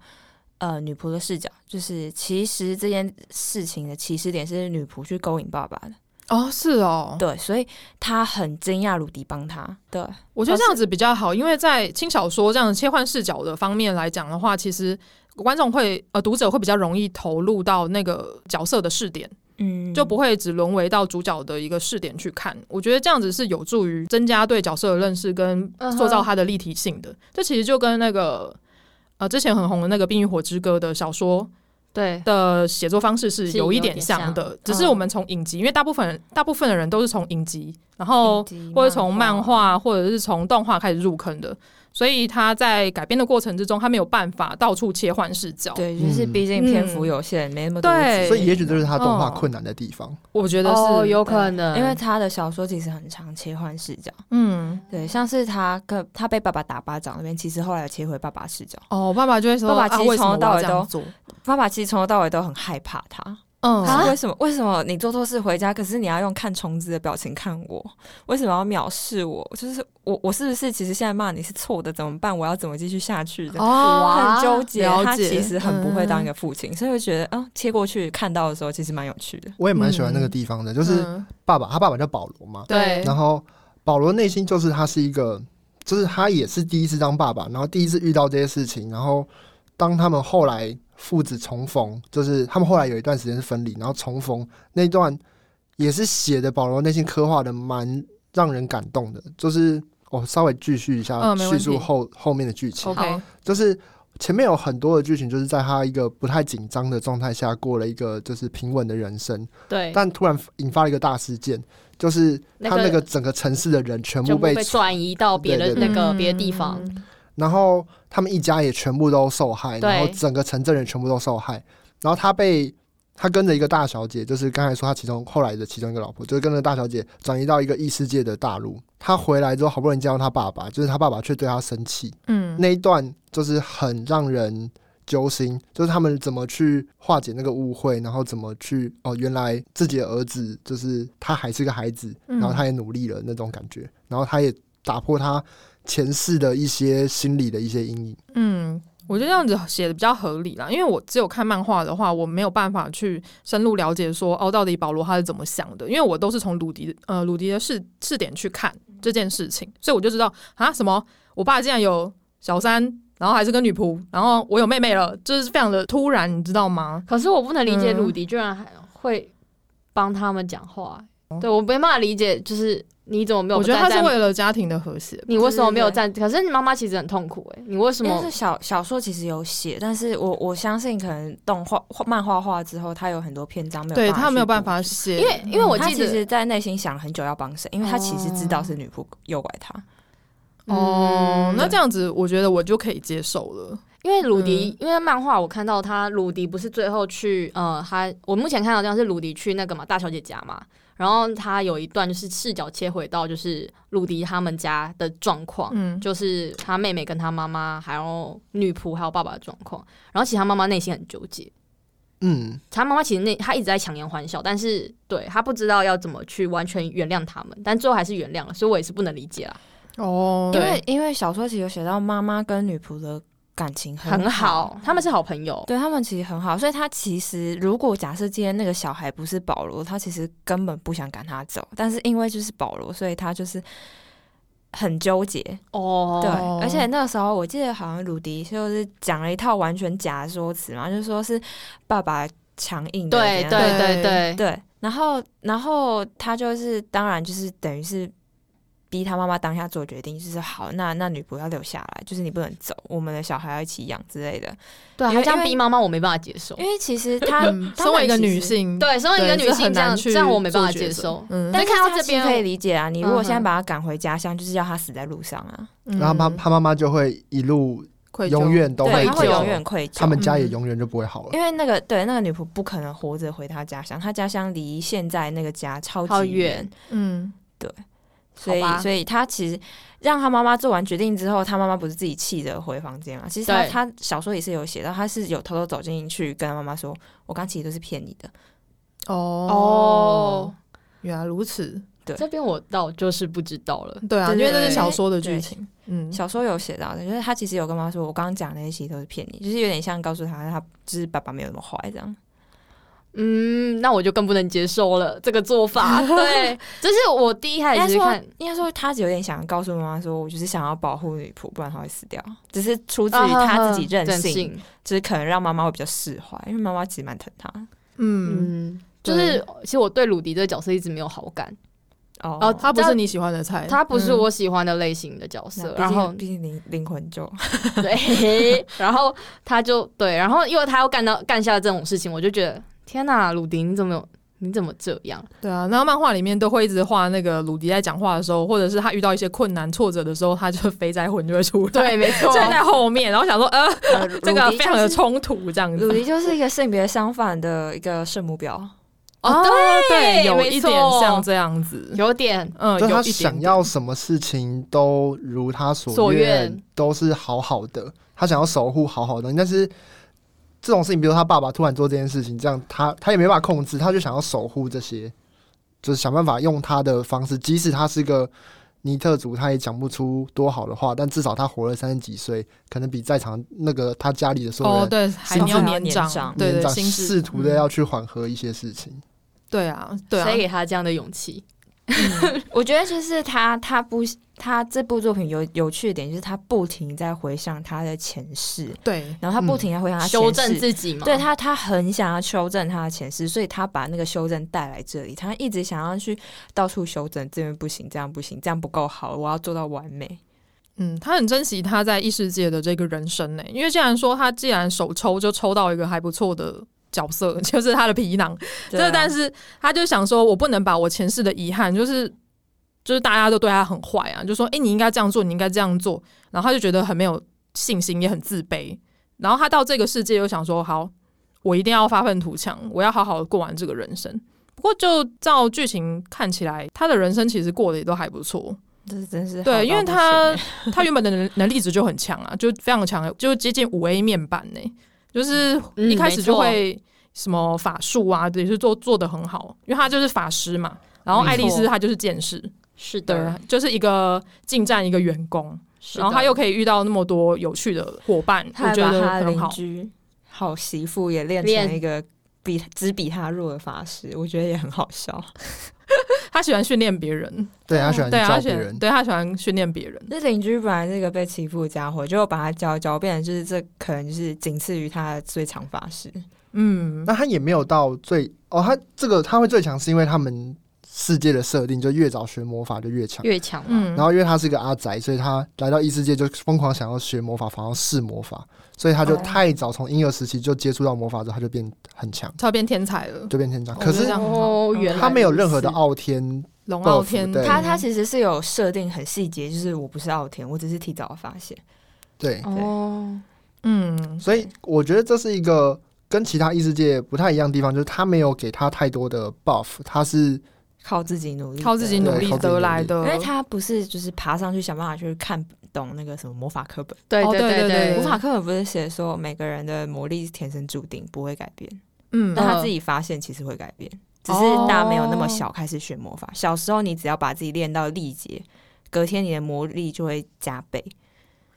[SPEAKER 4] 呃女仆的视角，就是其实这件事情的起始点是女仆去勾引爸爸的，
[SPEAKER 1] 哦，是哦，
[SPEAKER 4] 对，所以他很惊讶鲁迪帮他，对，
[SPEAKER 1] 我觉得这样子比较好，因为在轻小说这样切换视角的方面来讲的话，其实观众会呃读者会比较容易投入到那个角色的视点，
[SPEAKER 4] 嗯，
[SPEAKER 1] 就不会只沦为到主角的一个视点去看。我觉得这样子是有助于增加对角色的认识跟
[SPEAKER 5] 嗯哼
[SPEAKER 1] 塑造他的立体性的。这其实就跟那个呃之前很红的那个《冰与火之歌》的小说
[SPEAKER 5] 对，
[SPEAKER 1] 的写作方式是
[SPEAKER 5] 是
[SPEAKER 1] 有一
[SPEAKER 5] 有
[SPEAKER 1] 点
[SPEAKER 5] 点
[SPEAKER 1] 像
[SPEAKER 5] 像
[SPEAKER 1] 的，只是我
[SPEAKER 4] 嗯
[SPEAKER 1] 们从影集，因为大部分人大部分的人都是从影集，然后
[SPEAKER 4] 影集
[SPEAKER 1] 或者从
[SPEAKER 4] 漫
[SPEAKER 1] 漫
[SPEAKER 4] 画
[SPEAKER 1] 画或者是从动画开始入坑的，所以他在改编的过程之中，他没有办法到处切换视角。
[SPEAKER 4] 对，就是
[SPEAKER 2] 嗯
[SPEAKER 4] 毕竟篇幅有限，没那么多
[SPEAKER 1] 对
[SPEAKER 4] 集
[SPEAKER 2] 所以也许这是他动画
[SPEAKER 1] 哦
[SPEAKER 2] 困难的地方。
[SPEAKER 1] 我觉得是、
[SPEAKER 5] 哦，有可能，
[SPEAKER 2] 嗯
[SPEAKER 4] 因为他的小说其实很常切换视角，
[SPEAKER 1] 嗯，
[SPEAKER 4] 对，像是他跟他被爸爸打巴掌那边，其实后来有切回爸爸视角，
[SPEAKER 1] 哦，爸爸就会说，
[SPEAKER 4] 爸爸
[SPEAKER 1] 啊
[SPEAKER 4] 其实
[SPEAKER 1] 为什么
[SPEAKER 4] 从头到
[SPEAKER 1] 我要
[SPEAKER 4] 尾
[SPEAKER 1] 这样
[SPEAKER 4] 都
[SPEAKER 1] 做？
[SPEAKER 4] 爸爸其实从头到尾都很害怕他，
[SPEAKER 1] 嗯，
[SPEAKER 4] 是为什么？为什么你做错事回家，可是你要用看虫子的表情看我？为什么要藐视我？就是我，我是不是其实现在骂你是错的？怎么办？我要怎么继续下去的？
[SPEAKER 1] 哦
[SPEAKER 4] 很纠结，
[SPEAKER 1] 了
[SPEAKER 4] 他
[SPEAKER 1] 解嗯
[SPEAKER 4] 其实很不会当一个父亲，所以我觉得，嗯，切过去看到的时候，其实蛮有趣的。
[SPEAKER 2] 我也蛮喜欢那个地方的，就是
[SPEAKER 1] 嗯
[SPEAKER 2] 爸爸，他爸爸叫保罗嘛，
[SPEAKER 1] 对
[SPEAKER 2] 然后保罗内心就是他是一个，就是他也是第一次当爸爸，然后第一次遇到这些事情，然后当他们后来父子重逢，就是他们后来有一段时间是分离，然后重逢那段也是写的保罗内心刻画的蛮让人感动的，就是我、稍微继续一下
[SPEAKER 1] 嗯没问
[SPEAKER 2] 叙
[SPEAKER 1] 题
[SPEAKER 2] 述后、后面的剧情，
[SPEAKER 1] ，OK，嗯
[SPEAKER 2] 就是前面有很多的剧情，就是在他一个不太紧张的状态下过了一个就是平稳的人生，
[SPEAKER 5] 对，
[SPEAKER 2] 但突然引发了一个大事件，就是
[SPEAKER 5] 那
[SPEAKER 2] 他
[SPEAKER 5] 个
[SPEAKER 2] 那个整个城市的人全
[SPEAKER 5] 全
[SPEAKER 2] 部
[SPEAKER 5] 部
[SPEAKER 2] 被，
[SPEAKER 5] 被转移到别的
[SPEAKER 2] 对对
[SPEAKER 5] 那
[SPEAKER 2] 对
[SPEAKER 5] 个别的地方，
[SPEAKER 1] 嗯
[SPEAKER 2] 然后他们一家也全部都受害，
[SPEAKER 5] 对
[SPEAKER 2] 然后整个城镇人全部都受害，然后他被他跟着一个大小姐，就是刚才说他其中后来的其中一个老婆，就是跟着大小姐转移到一个异世界的大陆。他回来之后，好不容易见到他爸爸，就是他爸爸却对他生气，
[SPEAKER 1] 嗯，
[SPEAKER 2] 那一段就是很让人揪心，就是他们怎么去化解那个误会，然后怎么去哦，原来自己的儿子就是他还是个孩子，
[SPEAKER 1] 嗯
[SPEAKER 2] 然后他也努力了那种感觉，然后他也打破他前世的一些心理的一些阴影。
[SPEAKER 1] 嗯，我觉得这样子写的比较合理啦，因为我只有看漫画的话，我没有办法去深入了解说哦，到底保罗他是怎么想的，因为我都是从鲁迪呃鲁迪的视视点去看这件事情，所以我就知道啊什么，我爸竟然有小三。然后还是跟女仆，然后我有妹妹了，就是非常的突然，你知道吗？
[SPEAKER 5] 可是我不能理解
[SPEAKER 1] 嗯
[SPEAKER 5] 鲁迪居然还会帮他们讲话、对我没办法理解，就是你怎么没有
[SPEAKER 1] 我觉得
[SPEAKER 5] 站
[SPEAKER 1] 他是
[SPEAKER 5] 在
[SPEAKER 1] 为了家庭的和谐。
[SPEAKER 5] 你为什么没有
[SPEAKER 4] 对
[SPEAKER 5] 站？可是你妈妈其实很痛苦哎、你为什
[SPEAKER 4] 因
[SPEAKER 5] 么
[SPEAKER 4] 为是小小说其实有写，但是我我相信可能动画画漫画化之后，他有很多篇章没有
[SPEAKER 1] 对
[SPEAKER 4] 办法
[SPEAKER 1] 他没有
[SPEAKER 4] 去
[SPEAKER 1] 办
[SPEAKER 4] 补
[SPEAKER 1] 法写，
[SPEAKER 5] 因为因为我
[SPEAKER 4] 他
[SPEAKER 5] 记
[SPEAKER 4] 其
[SPEAKER 5] 得
[SPEAKER 4] 实，在内心想了很久要帮谁，因为他其实知
[SPEAKER 1] 嗯
[SPEAKER 4] 道是女仆诱拐他。
[SPEAKER 1] 哦，
[SPEAKER 5] 嗯
[SPEAKER 1] 那这样子，我觉得我就可以接受了。
[SPEAKER 5] 因为鲁迪，
[SPEAKER 1] 嗯
[SPEAKER 5] 因为漫画我看到他鲁迪不是最后去呃，他我目前看到这样是鲁迪去那个嘛大小姐家嘛，然后他有一段就是视角切回到就是鲁迪他们家的状况，
[SPEAKER 1] 嗯，
[SPEAKER 5] 就是他妹妹跟他妈妈还有女仆还有爸爸的状况，然后其实他妈妈内心很纠结，
[SPEAKER 2] 嗯，
[SPEAKER 5] 他妈妈其实那他一直在强颜欢笑，但是对他不知道要怎么去完全原谅他们，但最后还是原谅了，所以我也是不能理解啦。
[SPEAKER 1] 哦
[SPEAKER 4] 因
[SPEAKER 5] 对
[SPEAKER 4] 为因为小说其实有写到妈妈跟女仆的感情
[SPEAKER 5] 很
[SPEAKER 4] 好，
[SPEAKER 5] 好，他们是好朋友。
[SPEAKER 4] 对他们其实很好，所以他其实如果假设今天那个小孩不是保罗，他其实根本不想赶他走，但是因为就是保罗，所以他就是很纠结。
[SPEAKER 5] 哦
[SPEAKER 4] 对，而且那个时候我记得好像鲁迪就是讲了一套完全假的说辞嘛，就说是爸爸强硬的
[SPEAKER 5] 对
[SPEAKER 4] 怎
[SPEAKER 5] 对
[SPEAKER 4] 样
[SPEAKER 5] 对对对，
[SPEAKER 4] 对，然后然后他就是当然就是等于是逼他妈妈当下做决定，就是好，那那女仆要留下来，就是你不能走，我们的小孩要一起养之类的。
[SPEAKER 5] 对啊，
[SPEAKER 4] 因
[SPEAKER 5] 他
[SPEAKER 4] 为
[SPEAKER 5] 这样
[SPEAKER 4] 因为
[SPEAKER 5] 逼妈妈，我没办法接受。
[SPEAKER 4] 因为 其实他
[SPEAKER 1] 嗯，身为一个女，性，
[SPEAKER 5] 对，身为一个
[SPEAKER 1] 对
[SPEAKER 5] 女
[SPEAKER 1] 这
[SPEAKER 5] 性
[SPEAKER 1] 很
[SPEAKER 5] 这
[SPEAKER 1] 难
[SPEAKER 5] 样，
[SPEAKER 1] 去
[SPEAKER 5] 这样我没办法
[SPEAKER 1] 做抉
[SPEAKER 5] 接
[SPEAKER 1] 择
[SPEAKER 5] 受。
[SPEAKER 4] 嗯，
[SPEAKER 5] 但
[SPEAKER 4] 但
[SPEAKER 5] 是
[SPEAKER 4] 是
[SPEAKER 5] 看到
[SPEAKER 4] 他
[SPEAKER 5] 这边
[SPEAKER 4] 其实可以理解啊，你如果现在
[SPEAKER 5] 嗯哼
[SPEAKER 4] 把他赶回家乡，就是要他死在路上啊，
[SPEAKER 1] 嗯
[SPEAKER 2] 然后他他妈妈就会一路
[SPEAKER 1] 愧疚
[SPEAKER 2] 永远都
[SPEAKER 4] 对，
[SPEAKER 2] 会
[SPEAKER 4] 他会
[SPEAKER 2] 这样
[SPEAKER 4] 永远愧疚。
[SPEAKER 2] 他们家
[SPEAKER 1] 嗯
[SPEAKER 2] 也永远就不会好了。
[SPEAKER 4] 因为那个对那个女仆不可能活着回她家乡，她家乡离现在那个家超
[SPEAKER 5] 好
[SPEAKER 4] 级
[SPEAKER 5] 远，
[SPEAKER 1] 嗯，
[SPEAKER 4] 所以
[SPEAKER 5] 好吧
[SPEAKER 4] 所以她其实让她妈妈做完决定之后，她妈妈不是自己气着回房间嘛？其实她
[SPEAKER 5] 对
[SPEAKER 4] 她小说也是有写到，她是有偷偷走进去跟她妈妈说：“我刚其实都是骗你的。
[SPEAKER 1] 哦
[SPEAKER 5] 哦，
[SPEAKER 1] 原来如此，
[SPEAKER 4] 对
[SPEAKER 5] 这边我倒就是不知道了。
[SPEAKER 1] 对啊，
[SPEAKER 4] 对
[SPEAKER 1] 因
[SPEAKER 4] 对
[SPEAKER 1] 为这是
[SPEAKER 5] 对
[SPEAKER 1] 小说的剧情，嗯，
[SPEAKER 4] 小说有写到的，就是她其实有跟妈妈说：“我刚刚讲的那些其实都是骗你。”就是有点像告诉她，她就是爸爸没有那么坏这样。
[SPEAKER 5] 嗯，那我就更不能接受了这个做 法。对，这是我第一开
[SPEAKER 4] 应该
[SPEAKER 5] 始
[SPEAKER 4] 说
[SPEAKER 5] 看，
[SPEAKER 4] 应该说，她有点想告诉妈妈说：“我就是想要保护女仆，不然她会死掉。”只是出自于她自己任
[SPEAKER 5] 啊嗯任
[SPEAKER 4] 性，就是可能让妈妈会比较释怀，因为妈妈其实蛮疼她。
[SPEAKER 1] 嗯，
[SPEAKER 5] 嗯，就是其实我对鲁迪这个角色一直没有好感，
[SPEAKER 4] 哦
[SPEAKER 5] 哦
[SPEAKER 1] 他不是你喜欢的菜，
[SPEAKER 5] 他不是
[SPEAKER 1] 嗯
[SPEAKER 5] 我喜欢的类型的角色。
[SPEAKER 4] 然
[SPEAKER 5] 然
[SPEAKER 4] 后
[SPEAKER 5] 后
[SPEAKER 4] 毕竟灵灵魂就
[SPEAKER 5] 对， 然后他就对，然后因为他又干到干下这种事情，我就觉得天哪，鲁迪你怎么有你怎么这样？
[SPEAKER 1] 对啊，然后漫画里面都会一直画那个鲁迪在讲话的时候，或者是他遇到一些困难挫折的时候，他就肥宅 魂就会出来，
[SPEAKER 5] 对，哦没 错，
[SPEAKER 1] 站在后面，然后想说，呃， 这个非常的冲突，这样
[SPEAKER 4] 鲁
[SPEAKER 1] 子。
[SPEAKER 4] 迪就是一个性别相反的一个圣目标，
[SPEAKER 5] 哦
[SPEAKER 1] 对，
[SPEAKER 5] 对
[SPEAKER 1] 有
[SPEAKER 5] 没
[SPEAKER 1] 一
[SPEAKER 5] 错
[SPEAKER 1] 点像这样子，
[SPEAKER 5] 有点
[SPEAKER 1] 嗯，
[SPEAKER 2] 就
[SPEAKER 1] 有
[SPEAKER 2] 他
[SPEAKER 1] 一点
[SPEAKER 2] 想
[SPEAKER 1] 点
[SPEAKER 2] 要什么事情都如他所
[SPEAKER 5] 所
[SPEAKER 2] 愿，
[SPEAKER 5] 愿
[SPEAKER 2] 都是好好的，他想要守护好好的东西，但是这种事情，比如他爸爸突然做这件事情，这样他他也没办法控制，他就想要守护这些，就是想办法用他的方式，即使他是个尼特族，他也讲不出多好的话，但至少他活了三十几岁，可能比在场那个他家里的所有人
[SPEAKER 1] 哦，对，还
[SPEAKER 2] 心
[SPEAKER 1] 你要
[SPEAKER 4] 智
[SPEAKER 1] 年
[SPEAKER 4] 年长
[SPEAKER 1] 对
[SPEAKER 2] 年
[SPEAKER 1] 对，
[SPEAKER 2] 长
[SPEAKER 1] 心智
[SPEAKER 2] 试图的
[SPEAKER 1] 嗯
[SPEAKER 2] 要去缓和一些事情。
[SPEAKER 1] 对啊，对啊
[SPEAKER 5] 谁，给他这样的勇气？
[SPEAKER 4] 我觉得就是他他不他这部作品有有趣的点就是他不停在回想他的前世，
[SPEAKER 1] 对，
[SPEAKER 4] 然后他不停在回想他前世
[SPEAKER 5] 修正自己嘛？
[SPEAKER 4] 对他，他很想要修正他的前世，所以他把那个修正带来这里。他一直想要去到处修正，这边不行，这样不行，这样不够好，我要做到完美。
[SPEAKER 1] 嗯，他很珍惜他在异世界的这个人生呢，因为既然说他既然手抽就抽到一个还不错的角色， 就是他的皮囊，
[SPEAKER 4] 对
[SPEAKER 1] 这
[SPEAKER 4] 啊
[SPEAKER 1] 但是他就想说，我不能把我前世的遗憾，就是就是大家都对他很坏啊，就说哎、诶你应该这样做，你应该这样做，然后他就觉得很没有信心，也很自卑。然后他到这个世界又想说，好，我一定要发愤图强，我要好好的过完这个人生。不过就照剧情看起来，他的人生其实过得也都还不错。
[SPEAKER 4] 这真是
[SPEAKER 1] 对
[SPEAKER 4] 好到
[SPEAKER 1] 因为
[SPEAKER 4] 不行
[SPEAKER 1] 他
[SPEAKER 4] 欸
[SPEAKER 1] 他原本的能能力值就很强啊，就非常强，就接近五 A 面板呢、就是
[SPEAKER 5] 嗯
[SPEAKER 1] 一开始
[SPEAKER 5] 没
[SPEAKER 1] 就
[SPEAKER 5] 错
[SPEAKER 1] 会什么法术啊，也是做做的很好，因为他就是法师嘛。然后爱丽
[SPEAKER 5] 没
[SPEAKER 1] 丝
[SPEAKER 5] 错
[SPEAKER 1] 她就是剑士，
[SPEAKER 5] 是
[SPEAKER 1] 对
[SPEAKER 5] 的，，
[SPEAKER 1] 就是一个近战一个员工，
[SPEAKER 5] 是的
[SPEAKER 1] 然后他又可以遇到那么多有趣的伙伴，
[SPEAKER 4] 他
[SPEAKER 1] 我
[SPEAKER 4] 还
[SPEAKER 1] 觉
[SPEAKER 4] 把
[SPEAKER 1] 得
[SPEAKER 4] 他
[SPEAKER 1] 很
[SPEAKER 4] 邻
[SPEAKER 1] 好。
[SPEAKER 4] 居好媳妇也练
[SPEAKER 5] 练
[SPEAKER 4] 成一个比只比他弱的法师，我觉得也很好 笑。
[SPEAKER 1] 他喜欢训练别人，
[SPEAKER 2] 对他喜欢
[SPEAKER 1] 对啊，
[SPEAKER 2] 教
[SPEAKER 1] 他
[SPEAKER 2] 别
[SPEAKER 1] 喜
[SPEAKER 2] 人
[SPEAKER 1] 欢，，对他喜欢训练别人。
[SPEAKER 4] 这邻居本来是一个被欺负的家伙，结果把他教一教，变成就是这可能就是仅次于他的最强法师。
[SPEAKER 1] 嗯，
[SPEAKER 2] 那他也没有到最哦，他这个他会最强是因为他们世界的设定，就越早学魔法就越强。
[SPEAKER 5] 越强嘛，
[SPEAKER 1] 嗯，
[SPEAKER 2] 然后因为他是一个阿宅，所以他来到异世界就疯狂想要学魔法，反而试魔法，所以他就
[SPEAKER 4] 哦
[SPEAKER 2] 太早从婴儿时期就接触到魔法之后，他就变很强，
[SPEAKER 1] 他变天才了，
[SPEAKER 2] 就变成这样。
[SPEAKER 1] 哦
[SPEAKER 2] 可
[SPEAKER 1] 这
[SPEAKER 2] 是
[SPEAKER 1] 样很好
[SPEAKER 5] 哦，原来
[SPEAKER 2] 他没有任何的
[SPEAKER 5] 如此
[SPEAKER 2] 傲天，
[SPEAKER 1] 龙傲
[SPEAKER 2] buff，
[SPEAKER 1] 天，
[SPEAKER 2] 对
[SPEAKER 4] 他他其实是有设定很细节，就是我不是傲天，我只是提早发现。
[SPEAKER 2] 对，
[SPEAKER 5] 哦，
[SPEAKER 1] 嗯，
[SPEAKER 2] 所以我觉得这是一个跟其他异世界不太一样的地方，就是他没有给他太多的 buff，他是
[SPEAKER 4] 靠自己努力，
[SPEAKER 1] 靠自己努
[SPEAKER 2] 对
[SPEAKER 1] 力
[SPEAKER 2] 靠自己努
[SPEAKER 1] 得
[SPEAKER 2] 力
[SPEAKER 1] 来的，
[SPEAKER 4] 因为他不是就是爬上去想办法去看懂那个什么魔法课本，
[SPEAKER 5] 对
[SPEAKER 1] 哦对
[SPEAKER 5] 对
[SPEAKER 1] 对对
[SPEAKER 4] 魔法课本不是写说每个人的魔力是天生注定不会改变，
[SPEAKER 1] 嗯
[SPEAKER 4] 但他
[SPEAKER 5] 嗯
[SPEAKER 4] 自己发现其实会改变，只
[SPEAKER 1] 哦
[SPEAKER 4] 是大家没有那么小开始学魔法。小时候你只要把自己练到力竭，隔天你的魔力就会加倍。